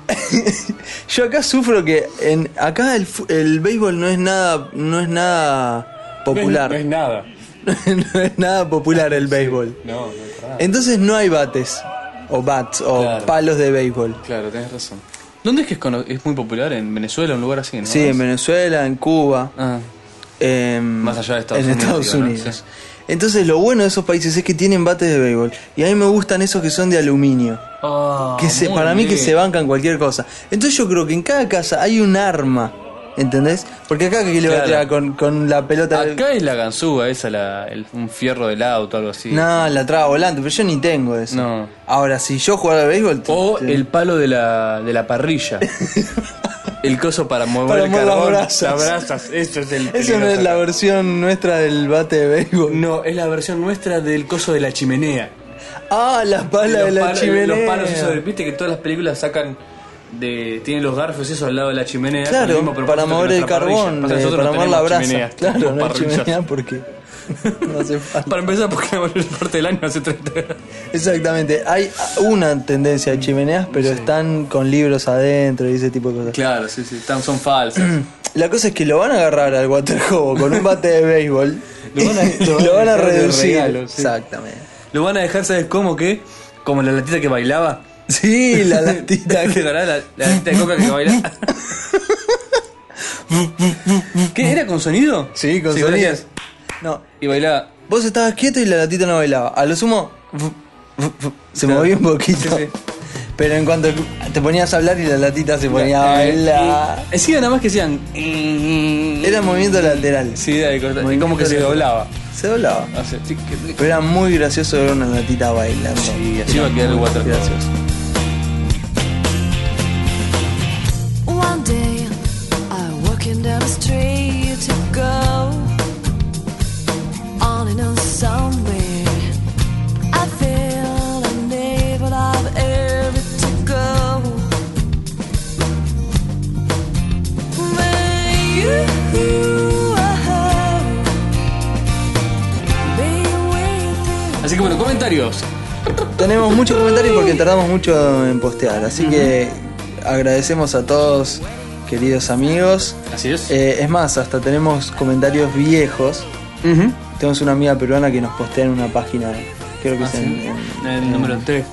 [SPEAKER 1] Yo acá sufro que en acá el, fu- el béisbol no es nada no es nada popular.
[SPEAKER 2] No es nada.
[SPEAKER 1] no es nada popular el béisbol.
[SPEAKER 2] No, no es nada.
[SPEAKER 1] Entonces no hay bates o bats o
[SPEAKER 2] Claro.
[SPEAKER 1] palos de béisbol.
[SPEAKER 2] Claro, tenés razón. ¿Dónde es que es, cono- es muy popular? ¿En Venezuela? ¿Un lugar así? ¿no?
[SPEAKER 1] Sí, en Venezuela, en Cuba.
[SPEAKER 2] Ah,
[SPEAKER 1] em,
[SPEAKER 2] Más allá de Estados
[SPEAKER 1] en
[SPEAKER 2] Unidos,
[SPEAKER 1] Estados
[SPEAKER 2] digo, ¿no?
[SPEAKER 1] Unidos.
[SPEAKER 2] Sí.
[SPEAKER 1] Entonces lo bueno de esos países es que tienen bates de béisbol. Y a mí me gustan esos que son de aluminio.
[SPEAKER 2] Ah,
[SPEAKER 1] que se,
[SPEAKER 2] muy
[SPEAKER 1] para mí que
[SPEAKER 2] bien.
[SPEAKER 1] se bancan cualquier cosa. Entonces yo creo que en cada casa hay un arma. ¿Entendés? Porque acá que le va a
[SPEAKER 2] Claro.
[SPEAKER 1] tirar con, con la pelota... de-
[SPEAKER 2] Acá es la ganzúa esa, la, el- un fierro del auto, algo así.
[SPEAKER 1] No, la traba volante, pero yo ni tengo eso.
[SPEAKER 2] No.
[SPEAKER 1] Ahora, si yo jugara al béisbol... te-
[SPEAKER 2] O
[SPEAKER 1] te-
[SPEAKER 2] el palo de la, de la parrilla. el coso para mover
[SPEAKER 1] Para
[SPEAKER 2] el
[SPEAKER 1] mover las
[SPEAKER 2] carbón.
[SPEAKER 1] brasas.
[SPEAKER 2] Las brasas, eso es el
[SPEAKER 1] Esa no
[SPEAKER 2] peligroso
[SPEAKER 1] es la
[SPEAKER 2] acá.
[SPEAKER 1] versión nuestra del bate de béisbol.
[SPEAKER 2] No, es la versión nuestra del coso de la chimenea.
[SPEAKER 1] Ah, la pala de
[SPEAKER 2] los,
[SPEAKER 1] la
[SPEAKER 2] palos-
[SPEAKER 1] chimenea.
[SPEAKER 2] los palos esos, de- viste que todas las películas sacan de tienen los garfos esos al lado de la chimenea con el
[SPEAKER 1] Claro,
[SPEAKER 2] mismo propósito
[SPEAKER 1] para
[SPEAKER 2] que
[SPEAKER 1] mover el
[SPEAKER 2] nuestra
[SPEAKER 1] carbón,
[SPEAKER 2] parrilla. Pasa que
[SPEAKER 1] eh,
[SPEAKER 2] nosotros
[SPEAKER 1] para
[SPEAKER 2] no
[SPEAKER 1] mover la
[SPEAKER 2] tenemos
[SPEAKER 1] brasa.
[SPEAKER 2] chimeneas,
[SPEAKER 1] claro,
[SPEAKER 2] tenemos
[SPEAKER 1] no hay
[SPEAKER 2] parrillas.
[SPEAKER 1] chimenea porque no hace falta.
[SPEAKER 2] Para empezar, porque la mayor parte del año hace 30 grados.
[SPEAKER 1] Exactamente, hay una tendencia de chimeneas, pero están con libros adentro y ese tipo de cosas.
[SPEAKER 2] Claro, sí, sí, están- son falsas.
[SPEAKER 1] La cosa es que lo van a agarrar al waterhobo con un bate de béisbol.
[SPEAKER 2] Lo van a-
[SPEAKER 1] y
[SPEAKER 2] lo van a
[SPEAKER 1] lo van a
[SPEAKER 2] dejar de
[SPEAKER 1] reducir.
[SPEAKER 2] regalo, sí.
[SPEAKER 1] Exactamente.
[SPEAKER 2] Lo van a dejar, ¿sabes cómo? que Como la latita que bailaba.
[SPEAKER 1] Sí, la latita
[SPEAKER 2] ¿Te
[SPEAKER 1] que
[SPEAKER 2] acordás la, la latita de coca que bailaba? ¿Qué? ¿Era con sonido?
[SPEAKER 1] Sí, con
[SPEAKER 2] vos
[SPEAKER 1] sonido.
[SPEAKER 2] hacías
[SPEAKER 1] No,
[SPEAKER 2] Y bailaba.
[SPEAKER 1] vos estabas quieto y la latita no bailaba. A lo sumo se
[SPEAKER 2] Claro.
[SPEAKER 1] movía un poquito.
[SPEAKER 2] Sí,
[SPEAKER 1] Pero en cuanto te ponías a hablar y la latita se ponía a
[SPEAKER 2] Eh,
[SPEAKER 1] bailar.
[SPEAKER 2] y- Sí, nada más que hacían. eh,
[SPEAKER 1] Era movimiento lateral.
[SPEAKER 2] Sí, era de cortar. Y
[SPEAKER 1] Movimiento
[SPEAKER 2] como que se
[SPEAKER 1] lateral.
[SPEAKER 2] doblaba.
[SPEAKER 1] Se doblaba.
[SPEAKER 2] Así, sí, que-
[SPEAKER 1] Pero era muy gracioso ver una latita bailando.
[SPEAKER 2] y así va a quedar el water.
[SPEAKER 1] Gracioso.
[SPEAKER 6] One day I'm walking down the street to go on and on somewhere. I feel unable of ever to go. When you are being with you.
[SPEAKER 2] Así que bueno, comentarios.
[SPEAKER 1] Tenemos muchos comentarios porque tardamos mucho en postear. Así que agradecemos a todos, queridos amigos.
[SPEAKER 2] Así es.
[SPEAKER 1] Eh, es más, hasta tenemos comentarios viejos.
[SPEAKER 2] Ujú.
[SPEAKER 1] Tenemos una amiga peruana que nos postea en una página. Creo que
[SPEAKER 2] Ah,
[SPEAKER 1] es
[SPEAKER 2] sí.
[SPEAKER 1] en- en-
[SPEAKER 2] El
[SPEAKER 1] en-
[SPEAKER 2] número 3.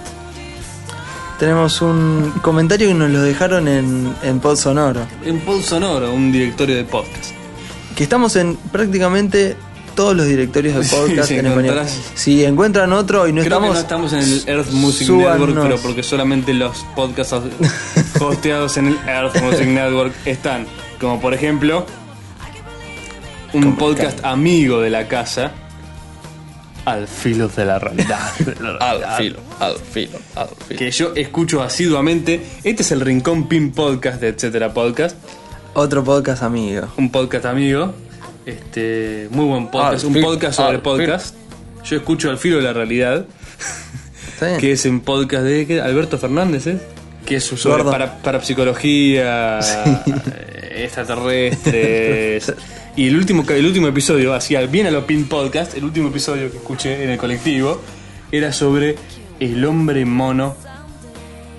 [SPEAKER 1] Tenemos un comentario que nos lo dejaron en, en Pod Sonoro.
[SPEAKER 2] En Paul Sonoro, un directorio de podcast.
[SPEAKER 1] Que estamos en prácticamente todos los directorios de
[SPEAKER 2] Sí,
[SPEAKER 1] podcast
[SPEAKER 2] si
[SPEAKER 1] en español.
[SPEAKER 2] encontrás-
[SPEAKER 1] Si encuentran otro y no
[SPEAKER 2] Creo
[SPEAKER 1] estamos.
[SPEAKER 2] que no estamos en el Earth Music
[SPEAKER 1] súbanos.
[SPEAKER 2] Network, pero porque solamente los podcasts hosteados en el Earth Music Network están. Como por ejemplo, un podcast amigo de la casa. Al filo de la realidad. al Ah, filo, al filo, al filo. Que yo escucho asiduamente. Este es el Rincón Pin Podcast de Etcétera Podcast.
[SPEAKER 1] Otro podcast amigo.
[SPEAKER 2] un podcast amigo. Este, muy buen podcast,
[SPEAKER 1] Al
[SPEAKER 2] un
[SPEAKER 1] fin,
[SPEAKER 2] podcast sobre
[SPEAKER 1] al
[SPEAKER 2] podcast. Yo escucho al filo de la realidad,
[SPEAKER 1] ¿Está bien?
[SPEAKER 2] que es un podcast de ¿qué? Alberto Fernández, ¿eh? que es sobre
[SPEAKER 1] Gordo.
[SPEAKER 2] para, parapsicología, eh, extraterrestres. y el último, ca- el último episodio, hacía bien a los pin podcast, el último episodio que escuché en el colectivo era sobre el hombre mono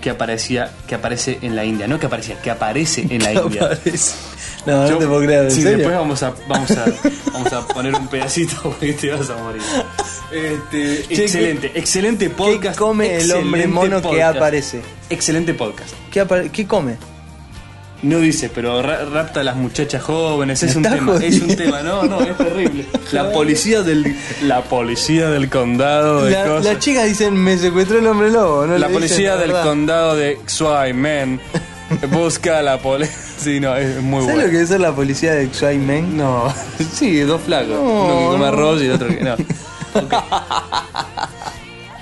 [SPEAKER 2] que aparecía que aparece en la India, no que aparecía, que aparece en la India.
[SPEAKER 1] Aparece. No, Ah, no
[SPEAKER 2] Yo-
[SPEAKER 1] te puedo creer. ¿en
[SPEAKER 2] sí,
[SPEAKER 1] serio?
[SPEAKER 2] después vamos a, vamos, a, vamos a poner un pedacito porque te vas a morir. Este,
[SPEAKER 1] Che,
[SPEAKER 2] excelente, excelente podcast.
[SPEAKER 1] come el
[SPEAKER 2] excelente
[SPEAKER 1] hombre mono que aparece?
[SPEAKER 2] Excelente podcast.
[SPEAKER 1] ¿Qué, apare- qué come?
[SPEAKER 2] No dice, pero ra- rapta a las muchachas jóvenes, es
[SPEAKER 1] Me
[SPEAKER 2] un
[SPEAKER 1] estás
[SPEAKER 2] tema, es un
[SPEAKER 1] jodiendo.
[SPEAKER 2] tema, no, no, es terrible. La policía del la policía del condado de
[SPEAKER 1] La-
[SPEAKER 2] cosas.
[SPEAKER 1] las chicas dicen, me secuestró el hombre lobo. No le
[SPEAKER 2] La
[SPEAKER 1] dicen
[SPEAKER 2] policía del
[SPEAKER 1] verdad.
[SPEAKER 2] condado de Xuaimen Busca la pole. Sí, no, es muy
[SPEAKER 1] ¿Sabes
[SPEAKER 2] bueno.
[SPEAKER 1] lo que es ser la policía de Xai Meng?
[SPEAKER 2] No, sí, dos flacos. uno que come arroz y el otro que no. Ok.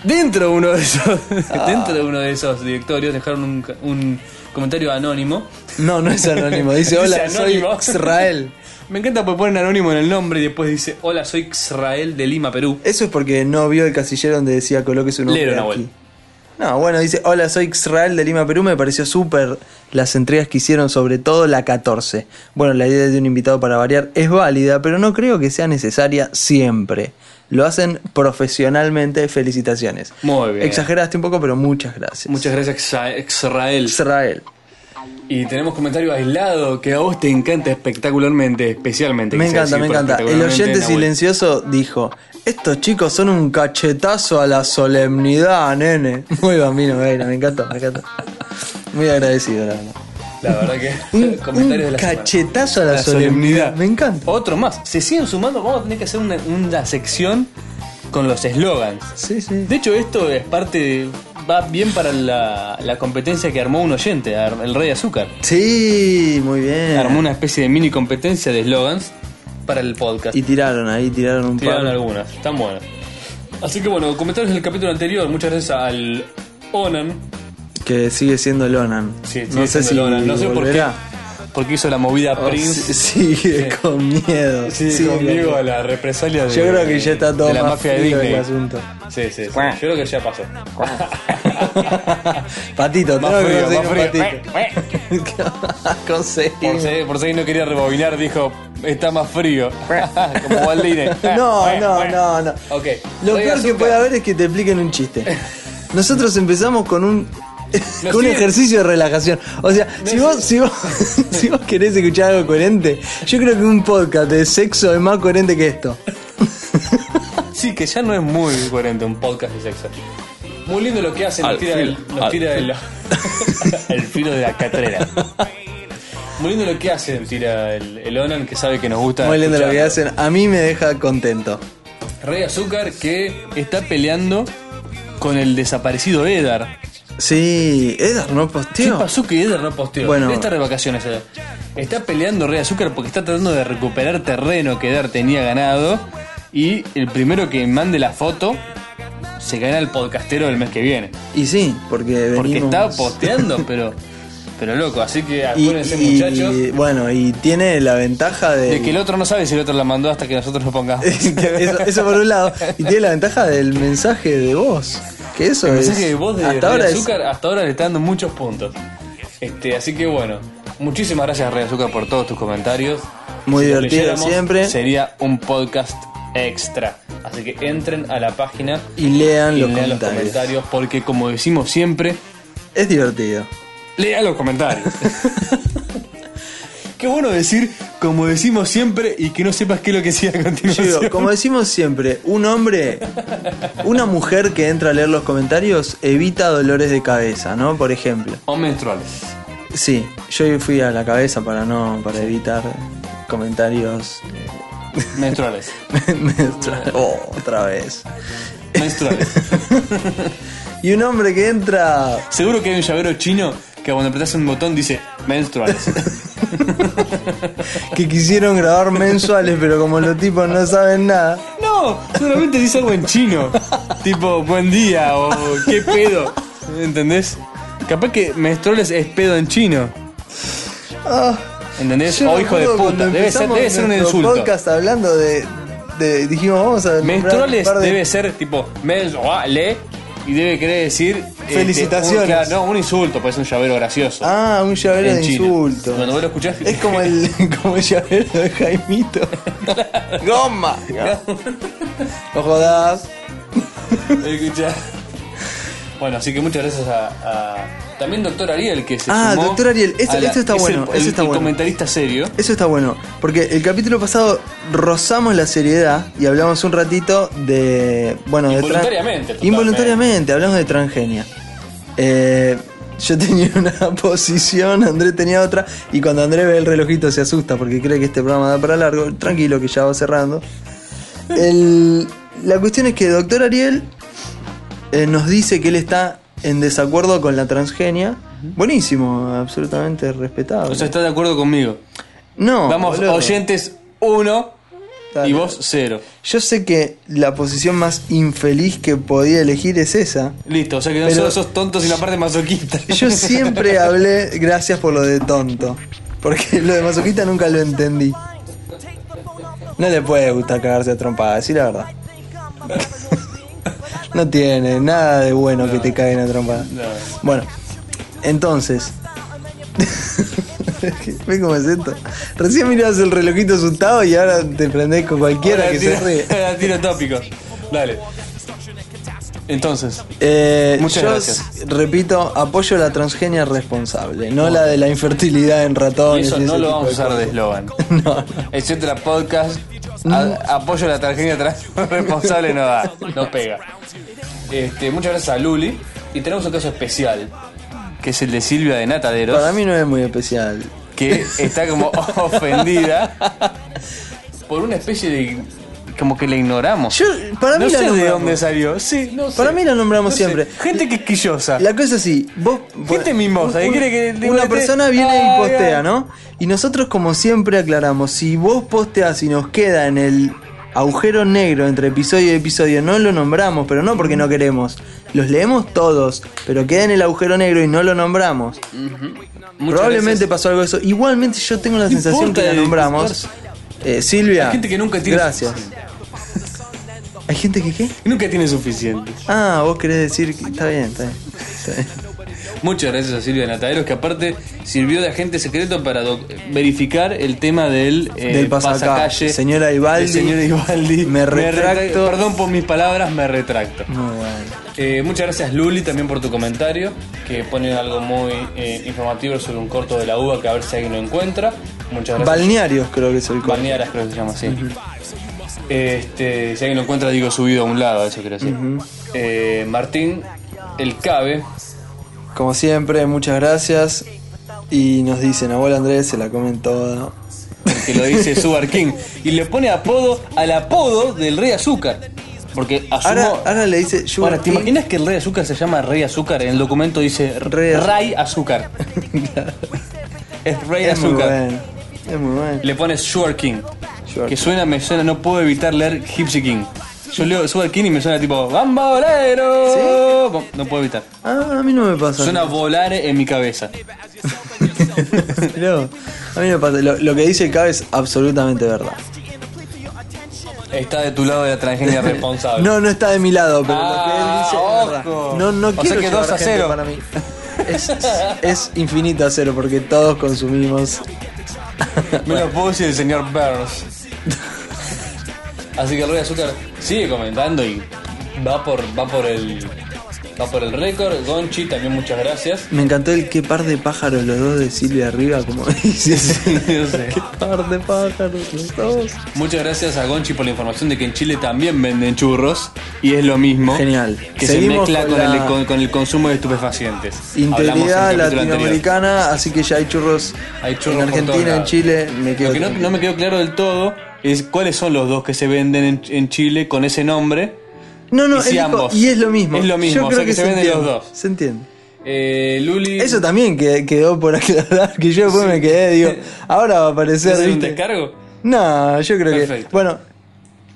[SPEAKER 2] Dentro de uno de esos, dentro de uno de esos directorios dejaron un, ca- un comentario anónimo.
[SPEAKER 1] No, no es anónimo. Dice,
[SPEAKER 2] Dice
[SPEAKER 1] hola, soy
[SPEAKER 2] anónimo".
[SPEAKER 1] Israel.
[SPEAKER 2] Me encanta porque ponen anónimo en el nombre y después dice, hola, soy Israel de Lima, Perú.
[SPEAKER 1] Eso es porque no vio el casillero donde decía coloque su nombre
[SPEAKER 2] Léelo,
[SPEAKER 1] aquí.
[SPEAKER 2] Nahuel.
[SPEAKER 1] No, bueno, dice, hola, soy Israel de Lima, Perú. Me pareció súper las entregas que hicieron, sobre todo la 14. Bueno, la idea de un invitado para variar es válida, pero no creo que sea necesaria siempre. Lo hacen profesionalmente, felicitaciones.
[SPEAKER 2] Muy bien.
[SPEAKER 1] Exageraste un poco, pero muchas gracias.
[SPEAKER 2] Muchas gracias, Xa- Israel.
[SPEAKER 1] Israel.
[SPEAKER 2] Y tenemos comentario aislado que a vos te encanta espectacularmente, especialmente.
[SPEAKER 1] Me
[SPEAKER 2] quise
[SPEAKER 1] encanta,
[SPEAKER 2] decir,
[SPEAKER 1] me
[SPEAKER 2] pero
[SPEAKER 1] encanta. El
[SPEAKER 2] espectacularmente,
[SPEAKER 1] oyente
[SPEAKER 2] Nahuel.
[SPEAKER 1] silencioso dijo: Estos chicos son un cachetazo a la solemnidad, nene. Muy bambino, Gaira, me encanta, me encanta. Muy agradecido, la verdad.
[SPEAKER 2] La verdad que.
[SPEAKER 1] Un,
[SPEAKER 2] comentario
[SPEAKER 1] un
[SPEAKER 2] de la semana.
[SPEAKER 1] cachetazo a la,
[SPEAKER 2] La
[SPEAKER 1] solemnidad.
[SPEAKER 2] solemnidad.
[SPEAKER 1] Me encanta.
[SPEAKER 2] Otro más. Se siguen sumando. Vamos a tener que hacer una, una sección con los eslogans.
[SPEAKER 1] Sí, sí.
[SPEAKER 2] De hecho, esto es parte. de- va bien para la, la competencia que armó un oyente, ar- el Rey Azúcar.
[SPEAKER 1] Sí, muy bien.
[SPEAKER 2] Armó una especie de mini competencia de eslogans para el podcast.
[SPEAKER 1] Y tiraron ahí, tiraron un
[SPEAKER 2] Tiraron
[SPEAKER 1] par.
[SPEAKER 2] algunas, están buenas. Así que bueno, comentarios del capítulo anterior. Muchas gracias al Onan.
[SPEAKER 1] Que sigue siendo Lonan.
[SPEAKER 2] Sí,
[SPEAKER 1] no
[SPEAKER 2] sigue
[SPEAKER 1] sé
[SPEAKER 2] siendo
[SPEAKER 1] si
[SPEAKER 2] Lonan. No sé por qué.
[SPEAKER 1] volverá. Oh,
[SPEAKER 2] Porque hizo la movida
[SPEAKER 1] O si-
[SPEAKER 2] Prince.
[SPEAKER 1] sigue
[SPEAKER 2] Sí.
[SPEAKER 1] con miedo.
[SPEAKER 2] Sí,
[SPEAKER 1] sigue
[SPEAKER 2] conmigo
[SPEAKER 1] con-
[SPEAKER 2] a la represalia de,
[SPEAKER 1] Yo creo que ya está todo
[SPEAKER 2] de la
[SPEAKER 1] más
[SPEAKER 2] mafia de
[SPEAKER 1] frío
[SPEAKER 2] Disney.
[SPEAKER 1] el asunto.
[SPEAKER 2] Sí, sí, sí. Yo creo que ya pasó.
[SPEAKER 1] patito,
[SPEAKER 2] Más
[SPEAKER 1] tengo
[SPEAKER 2] frío,
[SPEAKER 1] que
[SPEAKER 2] más frío.
[SPEAKER 1] conseguir un patito.
[SPEAKER 2] Por
[SPEAKER 1] Conseguimos.
[SPEAKER 2] si, por si no quería rebobinar, dijo, está más frío. Como Walt Disney.
[SPEAKER 1] No, no, no, no. Lo
[SPEAKER 2] Ok. Rey
[SPEAKER 1] peor que
[SPEAKER 2] Azúcar.
[SPEAKER 1] puede haber es que te expliquen un chiste. Nosotros empezamos con un
[SPEAKER 2] Lo
[SPEAKER 1] con un
[SPEAKER 2] siento.
[SPEAKER 1] ejercicio de relajación. O sea, si vos, si vos si vos querés escuchar algo coherente, yo creo que un podcast de sexo es más coherente que esto.
[SPEAKER 2] Sí, que ya no es muy coherente un podcast de sexo. Muy lindo lo que hacen, nos
[SPEAKER 7] Al
[SPEAKER 2] tira, del,
[SPEAKER 7] filo,
[SPEAKER 2] nos
[SPEAKER 7] al
[SPEAKER 2] tira del- el filo de la catrera. Muy lindo lo que hacen, tira el, el Onan, que sabe que nos gusta.
[SPEAKER 1] Muy lindo lo que
[SPEAKER 2] escucharlo.
[SPEAKER 1] hacen. A mí me deja contento.
[SPEAKER 2] Rey Azúcar que está peleando con el desaparecido Edar.
[SPEAKER 1] Sí, Edar no
[SPEAKER 2] ¿Qué
[SPEAKER 1] posteó.
[SPEAKER 2] pasó que Edar no posteó?
[SPEAKER 1] Bueno.
[SPEAKER 2] Debe estar de vacaciones Edar. Está peleando Rey Azúcar porque está tratando de recuperar terreno que Edar tenía ganado. Y el primero que mande la foto se gana el podcastero del mes que viene.
[SPEAKER 1] Y sí, porque venimos...
[SPEAKER 2] Porque está posteando, pero. Pero loco, así que
[SPEAKER 1] Y,
[SPEAKER 2] acuérdense,
[SPEAKER 1] y-
[SPEAKER 2] muchachos.
[SPEAKER 1] bueno, y tiene la ventaja de...
[SPEAKER 2] De que el otro no sabe si el otro la mandó hasta que nosotros lo pongamos.
[SPEAKER 1] eso, eso por un lado. Y tiene la ventaja del mensaje de voz. Que eso
[SPEAKER 2] El
[SPEAKER 1] es.
[SPEAKER 2] mensaje de voz de
[SPEAKER 1] hasta
[SPEAKER 2] Rey
[SPEAKER 1] ahora es-
[SPEAKER 2] Azúcar ah, hasta ahora le está dando muchos puntos. Este, así que bueno, muchísimas gracias Rey Azúcar por todos tus comentarios.
[SPEAKER 1] Muy
[SPEAKER 2] los
[SPEAKER 1] divertido
[SPEAKER 2] leyéramos,
[SPEAKER 1] siempre.
[SPEAKER 2] Sería un podcast extra. Así que entren a la página
[SPEAKER 1] Y lean,
[SPEAKER 2] y
[SPEAKER 1] los,
[SPEAKER 2] lean los
[SPEAKER 1] comentarios.
[SPEAKER 2] comentarios porque como decimos siempre,
[SPEAKER 1] Es divertido.
[SPEAKER 2] lean los comentarios. Qué bueno decir como decimos siempre y que no sepas qué es lo que sigue a
[SPEAKER 1] Yo
[SPEAKER 2] continuación.
[SPEAKER 1] digo, como decimos siempre, un hombre, una mujer que entra a leer los comentarios evita dolores de cabeza, ¿no? Por ejemplo.
[SPEAKER 2] O menstruales.
[SPEAKER 1] Sí, yo fui a la cabeza para no, para evitar comentarios
[SPEAKER 2] Menstruales.
[SPEAKER 1] menstruales. Oh, otra vez.
[SPEAKER 2] menstruales.
[SPEAKER 1] Y un hombre que entra
[SPEAKER 2] Seguro que hay un llavero chino que cuando apretas un botón dice menstruales.
[SPEAKER 1] que quisieron grabar mensuales, pero como los tipos no saben nada.
[SPEAKER 2] no, seguramente dice algo en chino. tipo, buen día o qué pedo. ¿Entendés? Capaz que menstruales es pedo en chino. ¿Entendés?
[SPEAKER 1] Yo
[SPEAKER 2] o
[SPEAKER 1] me
[SPEAKER 2] hijo de
[SPEAKER 1] acuerdo cuando
[SPEAKER 2] puta. Debe ser,
[SPEAKER 1] empezamos
[SPEAKER 2] debe ser un
[SPEAKER 1] nuestro
[SPEAKER 2] insulto.
[SPEAKER 1] podcast hablando de, de- dijimos vamos a nombrar un
[SPEAKER 2] Menstruales
[SPEAKER 1] par de-
[SPEAKER 2] debe ser tipo menstruale y debe querer decir. este,
[SPEAKER 1] Felicitaciones.
[SPEAKER 2] un- claro, no, un insulto, puede ser un llavero gracioso.
[SPEAKER 1] Ah, un llavero
[SPEAKER 2] En
[SPEAKER 1] de
[SPEAKER 2] China.
[SPEAKER 1] insulto.
[SPEAKER 2] Cuando vos lo escuchás-
[SPEAKER 1] Es como el, como el llavero de Jaimito. ¡Goma! No jodas.
[SPEAKER 2] Escucha. Bueno, así que muchas gracias a, a- también Doctor Ariel que se
[SPEAKER 1] Ah,
[SPEAKER 2] sumó
[SPEAKER 1] Dr. Ariel, ese-
[SPEAKER 2] a
[SPEAKER 1] ese está
[SPEAKER 2] es
[SPEAKER 1] bueno,
[SPEAKER 2] el,
[SPEAKER 1] ese
[SPEAKER 2] el-
[SPEAKER 1] está
[SPEAKER 2] el
[SPEAKER 1] bueno.
[SPEAKER 2] comentarista serio.
[SPEAKER 1] Eso está bueno, porque el capítulo pasado rozamos la seriedad y hablamos un ratito de. Bueno, de. tran-
[SPEAKER 2] Involuntariamente, totalmente.
[SPEAKER 1] Involuntariamente, hablamos de transgenia. Eh, yo tenía una posición, André tenía otra, y cuando André ve el relojito se asusta porque cree que este programa da para largo. Tranquilo, que ya va cerrando. El- la cuestión es que Doctor Ariel eh, nos dice que él está en desacuerdo con la transgenia Buenísimo, absolutamente respetable.
[SPEAKER 2] O sea, ¿estás de acuerdo conmigo?
[SPEAKER 1] no,
[SPEAKER 2] Vamos,
[SPEAKER 1] Oh, boludo.
[SPEAKER 2] oyentes 1 y
[SPEAKER 1] Dale.
[SPEAKER 2] vos 0.
[SPEAKER 1] Yo sé que la posición más infeliz que podía elegir es esa.
[SPEAKER 2] Listo, o sea que no
[SPEAKER 1] Pero-
[SPEAKER 2] solo sos tontos y la parte masoquista.
[SPEAKER 1] Yo siempre hablé, gracias por lo de tonto. Porque lo de masoquista nunca lo entendí. No le puede gustar cagarse a trompada, decir la verdad. No tiene nada de bueno que te caguen a trompada.
[SPEAKER 2] No.
[SPEAKER 1] Bueno, entonces. ¿Ves cómo es esto? Recién mirabas el relojito asustado y ahora te prendés con cualquiera
[SPEAKER 2] Ahora
[SPEAKER 1] que
[SPEAKER 2] tiro-
[SPEAKER 1] se ríe.
[SPEAKER 2] ahora tiro tópicos. Dale. Entonces,
[SPEAKER 1] Eh,
[SPEAKER 2] Muchas
[SPEAKER 1] yo,
[SPEAKER 2] gracias.
[SPEAKER 1] repito, apoyo la transgenia responsable, no la de la infertilidad en ratones.
[SPEAKER 2] eso
[SPEAKER 1] y
[SPEAKER 2] no
[SPEAKER 1] ese
[SPEAKER 2] lo
[SPEAKER 1] tipo
[SPEAKER 2] vamos a
[SPEAKER 1] de
[SPEAKER 2] usar de
[SPEAKER 1] cosas.
[SPEAKER 2] eslogan.
[SPEAKER 1] No,
[SPEAKER 2] Excepto la podcast. a- apoyo la tarjeta trans- responsable no da, no pega. Este, muchas gracias a Luli. Y tenemos un caso especial, que es el de Silvia de Nataderos,
[SPEAKER 1] para mí no es muy especial.
[SPEAKER 2] que está como ofendida por una especie de. como que le ignoramos.
[SPEAKER 1] Yo, para mí
[SPEAKER 2] no
[SPEAKER 1] la
[SPEAKER 2] sé de
[SPEAKER 1] nombramos.
[SPEAKER 2] dónde salió. Sí, no sé.
[SPEAKER 1] Para mí la nombramos
[SPEAKER 2] No sé.
[SPEAKER 1] siempre.
[SPEAKER 2] Gente quisquillosa.
[SPEAKER 1] La cosa es así, vos...
[SPEAKER 2] Gente mimosa, que quiere que le
[SPEAKER 1] Una
[SPEAKER 2] mete-
[SPEAKER 1] persona viene
[SPEAKER 2] Ah,
[SPEAKER 1] y postea,
[SPEAKER 2] ya.
[SPEAKER 1] ¿no? Y nosotros como siempre aclaramos, si vos posteas y nos queda en el agujero negro entre episodio y episodio, no lo nombramos, pero no porque no queremos. Los leemos todos, pero queda en el agujero negro y no lo nombramos.
[SPEAKER 2] Muchas
[SPEAKER 1] Probablemente
[SPEAKER 2] gracias.
[SPEAKER 1] pasó algo de eso. Igualmente yo tengo la sensación
[SPEAKER 2] importa
[SPEAKER 1] que la
[SPEAKER 2] de
[SPEAKER 1] nombramos. Eh, Silvia.
[SPEAKER 2] Hay gente que nunca tiene-
[SPEAKER 1] Gracias. ¿Hay gente que qué?
[SPEAKER 2] Nunca tiene suficiente.
[SPEAKER 1] Ah, vos querés decir que está bien, está bien. Está bien.
[SPEAKER 2] Muchas gracias a Silvia Nataderos, que aparte sirvió de agente secreto para doc- verificar el tema del, eh,
[SPEAKER 1] Del pasacalle. Señora Ibaldi.
[SPEAKER 2] del señor Ibaldi.
[SPEAKER 1] Me retracto.
[SPEAKER 2] retra- Perdón por mis palabras, me retracto.
[SPEAKER 1] Muy bueno.
[SPEAKER 2] Eh, muchas gracias Luli también por tu comentario, que pone algo muy eh, informativo sobre un corto de la uva, que a ver si alguien lo encuentra. Muchas gracias.
[SPEAKER 1] Balnearios creo que es el corte.
[SPEAKER 2] Balnearas creo que se llama así. Este, si alguien lo encuentra, digo subido a un lado, eso quiero decir. Eh, Martín, el cabe,
[SPEAKER 1] Como siempre, muchas gracias. Y nos dicen, abuela Andrés, se la comen toda.
[SPEAKER 2] que lo dice Sugar King. Y le pone apodo al apodo del Rey Azúcar. Porque asumo.
[SPEAKER 1] Ahora, ahora le dice Sugar
[SPEAKER 2] Ahora, ¿te
[SPEAKER 1] King.
[SPEAKER 2] imaginas que el Rey Azúcar se llama Rey Azúcar? En el documento dice
[SPEAKER 1] Rey
[SPEAKER 2] Rey,
[SPEAKER 1] Azúcar.
[SPEAKER 2] Azúcar. es Rey
[SPEAKER 1] Es muy
[SPEAKER 2] Azúcar.
[SPEAKER 1] bueno. Es muy bueno.
[SPEAKER 2] Le pone Sugar King.
[SPEAKER 1] Sugar
[SPEAKER 2] que
[SPEAKER 1] King.
[SPEAKER 2] suena, me suena, no puedo evitar leer Gypsy King. Yo leo Sugar King y me suena tipo ¡Bambolero! No puedo evitar.
[SPEAKER 1] Ah, a mí no me pasa.
[SPEAKER 2] Suena volar en mi cabeza.
[SPEAKER 1] Mirá vos. a mí no me pasa. Lo, lo que dice el Cabe es absolutamente verdad.
[SPEAKER 2] Está de tu lado de la transgenia responsable.
[SPEAKER 1] No, no está de mi lado, pero
[SPEAKER 2] Ah,
[SPEAKER 1] lo que él dice es
[SPEAKER 2] ojo.
[SPEAKER 1] verdad. No, no
[SPEAKER 2] O sea
[SPEAKER 1] quiero
[SPEAKER 2] que
[SPEAKER 1] llevar
[SPEAKER 2] dos a
[SPEAKER 1] gente
[SPEAKER 2] cero.
[SPEAKER 1] para mí. Es, es infinito a cero porque todos consumimos.
[SPEAKER 2] Me lo puse el señor Burns. Así que el Rey Azúcar sigue comentando y va por, va por el. Va por el récord. Gonchi, también muchas gracias.
[SPEAKER 1] Me encantó el qué par de pájaros los dos de Silvia arriba, como dices.
[SPEAKER 2] Yo sé.
[SPEAKER 1] qué par de pájaros los dos.
[SPEAKER 2] Muchas gracias a Gonchi por la información de que en Chile también venden churros y es lo mismo.
[SPEAKER 1] Genial.
[SPEAKER 2] Que
[SPEAKER 1] Seguimos
[SPEAKER 2] se mezcla
[SPEAKER 1] con
[SPEAKER 2] con,
[SPEAKER 1] la-
[SPEAKER 2] el, e-, con- con el consumo de estupefacientes. Hablamos en el
[SPEAKER 1] Integridad
[SPEAKER 2] capítulo anterior.
[SPEAKER 1] latinoamericana, así que ya hay churros,
[SPEAKER 2] Hay churros
[SPEAKER 1] en
[SPEAKER 2] por todos
[SPEAKER 1] Argentina, en
[SPEAKER 2] lados.
[SPEAKER 1] Chile. Me quedo
[SPEAKER 2] Lo que no,
[SPEAKER 1] tranquilo.
[SPEAKER 2] no me quedó claro del todo es cuáles son los dos que se venden en, en Chile con ese nombre.
[SPEAKER 1] no, no,
[SPEAKER 2] y si
[SPEAKER 1] él dijo-
[SPEAKER 2] ambos.
[SPEAKER 1] y es lo mismo.
[SPEAKER 2] Es lo mismo,
[SPEAKER 1] Yo
[SPEAKER 2] o
[SPEAKER 1] creo
[SPEAKER 2] sea que se venden los
[SPEAKER 1] entiende,
[SPEAKER 2] dos.
[SPEAKER 1] Se entiende.
[SPEAKER 2] Eh, Luli.
[SPEAKER 1] Eso también que- quedó por aclarar, que yo después me quedé, digo, ahora va a aparecer.
[SPEAKER 2] ¿Es un
[SPEAKER 1] ¿viste?
[SPEAKER 2] descargo?
[SPEAKER 1] No, yo creo que.
[SPEAKER 2] Perfecto.
[SPEAKER 1] Bueno,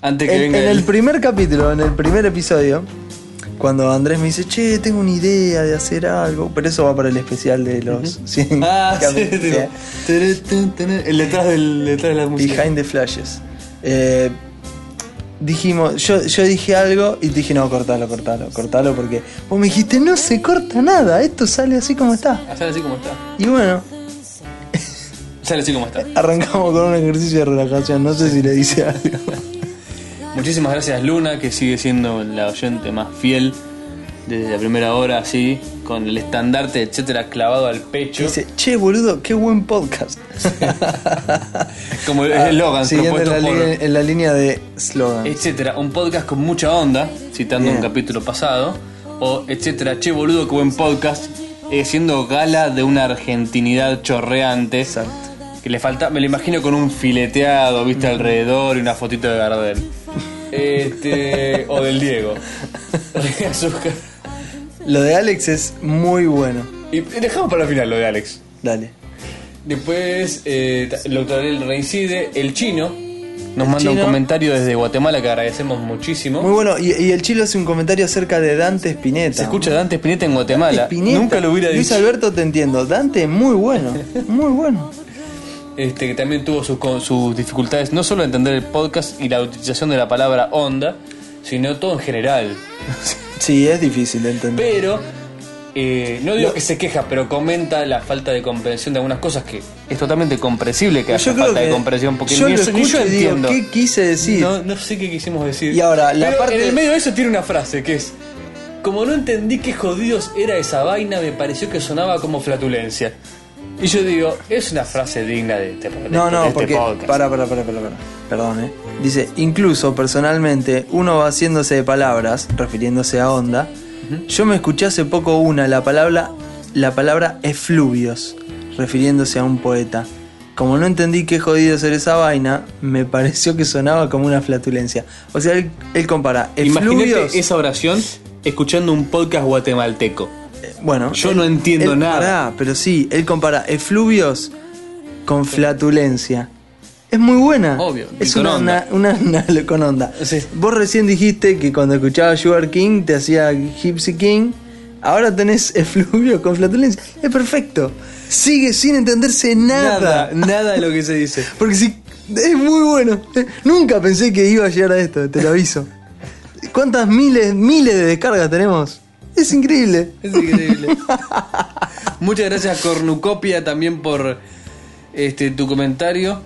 [SPEAKER 2] Antes que
[SPEAKER 1] en,
[SPEAKER 2] venga
[SPEAKER 1] en
[SPEAKER 2] el-
[SPEAKER 1] el primer capítulo, en el primer episodio, cuando Andrés me dice, che, tengo una idea de hacer algo, pero eso va para el especial de los 100
[SPEAKER 2] Ah, sí,
[SPEAKER 1] capítulos, ¿eh?
[SPEAKER 2] tipo, tará, tán, tará, El detrás, del, detrás de la
[SPEAKER 1] o sea,
[SPEAKER 2] música.
[SPEAKER 1] Behind the Flashes. Eh, dijimos, yo, yo dije algo y te dije, no, cortalo, cortalo, cortalo, porque vos me dijiste, no se corta nada, esto sale así como está.
[SPEAKER 2] Ah, Sale así como está.
[SPEAKER 1] Y bueno,
[SPEAKER 2] Sale así como está.
[SPEAKER 1] Arrancamos con un ejercicio de relajación, no sé si le dice algo.
[SPEAKER 2] Muchísimas gracias Luna, que sigue siendo la oyente más fiel desde la primera hora, así, con el estandarte, etcétera, clavado al pecho.
[SPEAKER 1] Dice, che boludo, qué buen podcast.
[SPEAKER 2] como el el eslogan
[SPEAKER 1] Ah, Siguiendo en
[SPEAKER 2] propuesto
[SPEAKER 1] la,
[SPEAKER 2] por...
[SPEAKER 1] li- en la línea de slogan.
[SPEAKER 2] etcétera, un podcast con mucha onda, citando
[SPEAKER 1] Bien.
[SPEAKER 2] un capítulo pasado, o etcétera, che boludo, que buen podcast, eh, siendo gala de una argentinidad chorreante.
[SPEAKER 1] Exacto.
[SPEAKER 2] Que le falta, me lo imagino con un fileteado, viste, alrededor y una fotito de Gardel. Este, o del Diego. Azúcar.
[SPEAKER 1] Lo de Alex es muy bueno.
[SPEAKER 2] Y dejamos para el final lo de Alex.
[SPEAKER 1] Dale.
[SPEAKER 2] Después, eh, ta- lo el reincide, el chino. Nos manda un
[SPEAKER 1] chino.
[SPEAKER 2] comentario desde Guatemala que agradecemos muchísimo.
[SPEAKER 1] Muy bueno, y, y el chilo hace un comentario acerca de Dante Spinetta.
[SPEAKER 2] Se escucha Dante Spinetta en Guatemala.
[SPEAKER 1] Spinetta.
[SPEAKER 2] Nunca lo hubiera
[SPEAKER 1] Luis
[SPEAKER 2] dicho.
[SPEAKER 1] Alberto, te entiendo. Dante es muy bueno, muy bueno.
[SPEAKER 2] Este, que también tuvo sus, con- sus dificultades, no solo de entender el podcast y la utilización de la palabra onda, sino todo en general.
[SPEAKER 1] Sí, es difícil de entender.
[SPEAKER 2] Pero, eh, no digo que se queja, pero comenta la falta de comprensión de algunas cosas que es totalmente comprensible que haya falta de comprensión, porque
[SPEAKER 1] yo
[SPEAKER 2] ni,
[SPEAKER 1] lo
[SPEAKER 2] eso- ni
[SPEAKER 1] escucho
[SPEAKER 2] yo
[SPEAKER 1] y digo,
[SPEAKER 2] entiendo.
[SPEAKER 1] ¿qué quise decir?
[SPEAKER 2] No, no sé qué quisimos decir.
[SPEAKER 1] Y ahora, la
[SPEAKER 2] Pero
[SPEAKER 1] parte-
[SPEAKER 2] En el medio de eso tiene una frase que es. Como no entendí qué jodidos era esa vaina, me pareció que sonaba como flatulencia. Y yo digo, es una frase digna de este, de-
[SPEAKER 1] No,
[SPEAKER 2] de
[SPEAKER 1] no,
[SPEAKER 2] este
[SPEAKER 1] porque.
[SPEAKER 2] podcast.
[SPEAKER 1] Para, para, para, para, para. Perdón, eh. Dice, incluso personalmente, uno va haciéndose de palabras, refiriéndose a onda. Yo me escuché hace poco una, la palabra, la palabra efluvios, refiriéndose a un poeta. Como no entendí qué jodido ser esa vaina, me pareció que sonaba como una flatulencia. O sea, él, él compara efluvios.
[SPEAKER 2] Imagínate esa oración escuchando un podcast guatemalteco.
[SPEAKER 1] Bueno,
[SPEAKER 2] Yo no entiendo
[SPEAKER 1] él-
[SPEAKER 2] nada.
[SPEAKER 1] pará, pero sí, él compara efluvios con flatulencia. Es muy buena.
[SPEAKER 2] Obvio, y
[SPEAKER 1] Es
[SPEAKER 2] con
[SPEAKER 1] una,
[SPEAKER 2] onda.
[SPEAKER 1] una, una- una- con onda.
[SPEAKER 2] Sí.
[SPEAKER 1] Vos recién dijiste que cuando escuchabas Sugar King te hacía Gypsy King. Ahora tenés efluvios con flatulencia. Es perfecto. Sigue sin entenderse nada.
[SPEAKER 2] Nada, nada de lo que se dice.
[SPEAKER 1] Porque si. Es muy bueno. Nunca pensé que iba a llegar a esto, te lo aviso. ¿Cuántas miles, miles de descargas tenemos? Es increíble.
[SPEAKER 2] Es increíble. Muchas gracias Cornucopia también por este tu comentario.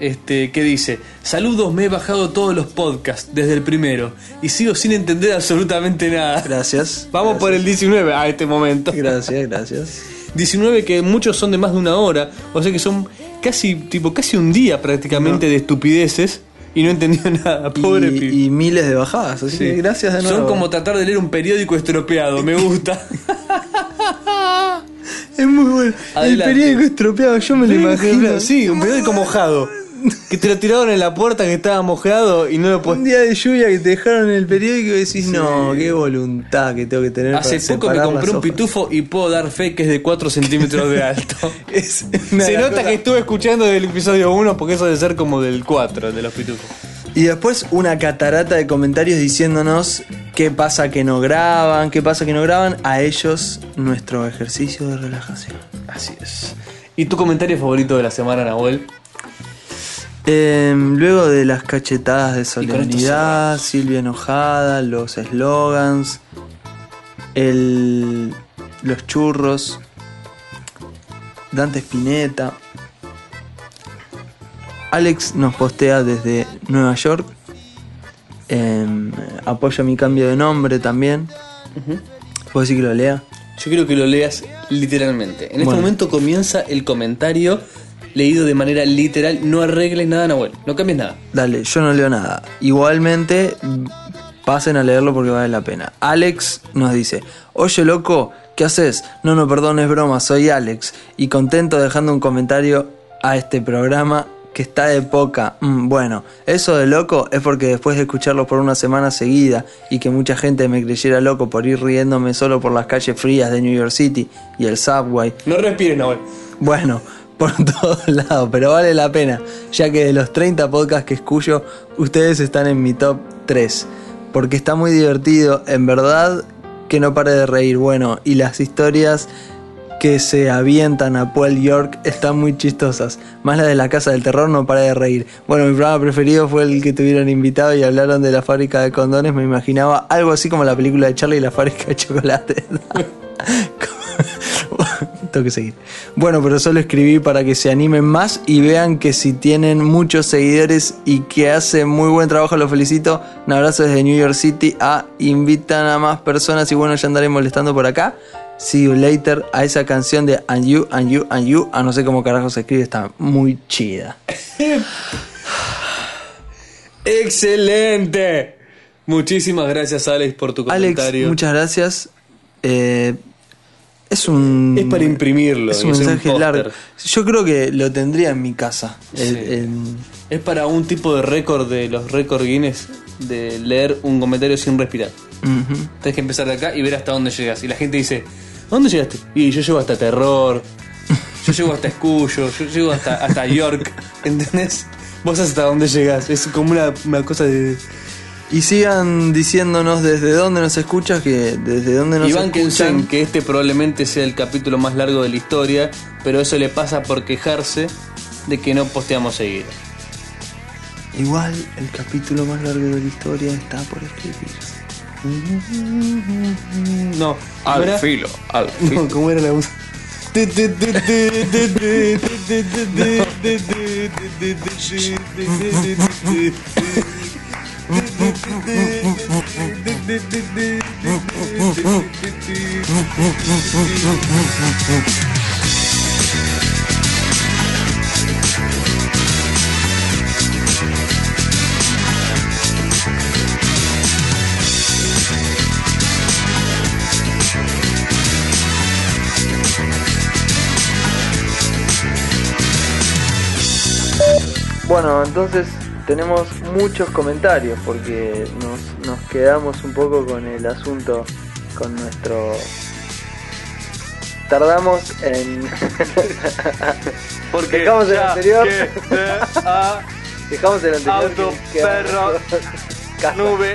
[SPEAKER 2] Este, que dice, saludos, me he bajado todos los podcasts desde el primero y sigo sin entender absolutamente nada.
[SPEAKER 1] Gracias.
[SPEAKER 2] Vamos por el 19 a este momento.
[SPEAKER 1] Gracias, gracias.
[SPEAKER 2] 19 que muchos son de más de una hora, o sea que son casi tipo casi un día prácticamente de estupideces y no entendió nada, pobre
[SPEAKER 1] y,
[SPEAKER 2] pibe.
[SPEAKER 1] y miles de bajadas, así
[SPEAKER 2] Sí.
[SPEAKER 1] que gracias de nuevo.
[SPEAKER 2] Son como tratar de leer un periódico estropeado, me gusta.
[SPEAKER 1] Es muy bueno.
[SPEAKER 2] Adelante.
[SPEAKER 1] El periódico estropeado, yo me lo imagino.
[SPEAKER 2] Sí, un periódico mojado. Que te lo tiraron en la puerta que estaba mojado y no lo
[SPEAKER 1] Un día de lluvia que te dejaron el periódico y decís, no, qué voluntad que tengo que tener para
[SPEAKER 2] Hace poco me
[SPEAKER 1] separar
[SPEAKER 2] compré
[SPEAKER 1] las
[SPEAKER 2] un
[SPEAKER 1] hojas".
[SPEAKER 2] pitufo y puedo dar fe que es de 4 centímetros de alto.
[SPEAKER 1] Es una de
[SPEAKER 2] Se
[SPEAKER 1] las
[SPEAKER 2] nota
[SPEAKER 1] cosas-
[SPEAKER 2] que estuve escuchando del episodio 1 porque eso debe ser como del 4 de los pitufos.
[SPEAKER 1] Y después una catarata de comentarios diciéndonos qué pasa que no graban, qué pasa que no graban. A ellos, nuestro ejercicio de relajación.
[SPEAKER 2] Así es. ¿Y tu comentario favorito de la semana, Nahuel?
[SPEAKER 1] Em, luego de las cachetadas de
[SPEAKER 2] con esto
[SPEAKER 1] solemnidad, Silvia enojada, los eslogans, el, los churros, Dante Spinetta. Alex nos postea desde Nueva York. Em, apoya mi cambio de nombre también. ¿Puedo decir que lo lea?
[SPEAKER 2] Yo quiero que lo leas literalmente. En este
[SPEAKER 1] Bueno.
[SPEAKER 2] momento comienza el comentario leído de manera literal. No arregles nada, Nahuel. No cambies nada.
[SPEAKER 1] Dale, yo no leo nada. Igualmente, mm, pasen a leerlo porque vale la pena. Alex nos dice, oye loco, ¿qué haces? No, no, perdón, es broma, soy Alex. Y contento dejando un comentario a este programa que está de poca. Mm, bueno, eso de loco es porque después de escucharlo por una semana seguida y que mucha gente me creyera loco por ir riéndome solo por las calles frías de New York City y el subway,
[SPEAKER 2] No respires, Nahuel.
[SPEAKER 1] bueno, por todos lados, pero vale la pena, ya que de los 30 podcasts que escucho, ustedes están en mi top 3. Porque está muy divertido, en verdad que no pare de reír. Bueno, y las historias que se avientan a Puel York están muy chistosas. Más la de la casa del terror no para de reír. Bueno, mi programa preferido fue el que tuvieron invitado y hablaron de la fábrica de condones. Me imaginaba algo así como la película de Charlie y la fábrica de chocolates. Tengo que seguir. Bueno, pero solo escribí para que se animen más y vean que si tienen muchos seguidores y que hacen muy buen trabajo, los felicito. Un abrazo desde New York City. Ah, invitan a más personas y bueno, ya andaré molestando por acá. See you later a esa canción de And You, And You, And You. A no sé cómo carajo se escribe, está muy chida.
[SPEAKER 2] ¡Excelente! Muchísimas gracias, Alex, por tu
[SPEAKER 1] Alex,
[SPEAKER 2] comentario.
[SPEAKER 1] muchas gracias. Eh, es un.
[SPEAKER 2] Es para imprimirlo,
[SPEAKER 1] Es un
[SPEAKER 2] es un
[SPEAKER 1] mensaje
[SPEAKER 2] póster.
[SPEAKER 1] largo. Yo creo que lo tendría en mi casa. El-
[SPEAKER 2] Sí.
[SPEAKER 1] el-
[SPEAKER 2] Es para un tipo de récord de los récord Guinness de leer un comentario sin respirar. Tienes que empezar de acá y ver hasta dónde llegas. Y la gente dice, ¿Dónde llegaste? Y yo llego hasta Terror, yo llego hasta Escuyo, yo llego hasta, hasta York, ¿entendés? Vos hasta dónde llegás, es como una, una cosa de...
[SPEAKER 1] Y sigan diciéndonos desde dónde nos escuchas, que desde dónde nos
[SPEAKER 2] Iván Kensen,
[SPEAKER 1] escuchan.
[SPEAKER 2] que este probablemente sea el capítulo más largo de la historia, pero eso le pasa por quejarse de que no posteamos seguido.
[SPEAKER 1] Igual el capítulo más largo de la historia está por escribir.
[SPEAKER 2] No,
[SPEAKER 7] Al
[SPEAKER 2] ¿cómo era?
[SPEAKER 7] filo, al filo.
[SPEAKER 2] No, ¿cómo era la música?
[SPEAKER 1] Bueno, entonces tenemos muchos comentarios porque nos, nos quedamos un poco con el asunto, con nuestro... Tardamos en...
[SPEAKER 2] Porque
[SPEAKER 1] Dejamos el
[SPEAKER 2] ya
[SPEAKER 1] anterior.
[SPEAKER 2] que se ha-
[SPEAKER 1] Dejamos el anterior.
[SPEAKER 2] Auto,
[SPEAKER 1] que- que-
[SPEAKER 2] perro,
[SPEAKER 1] Casa.
[SPEAKER 2] nube.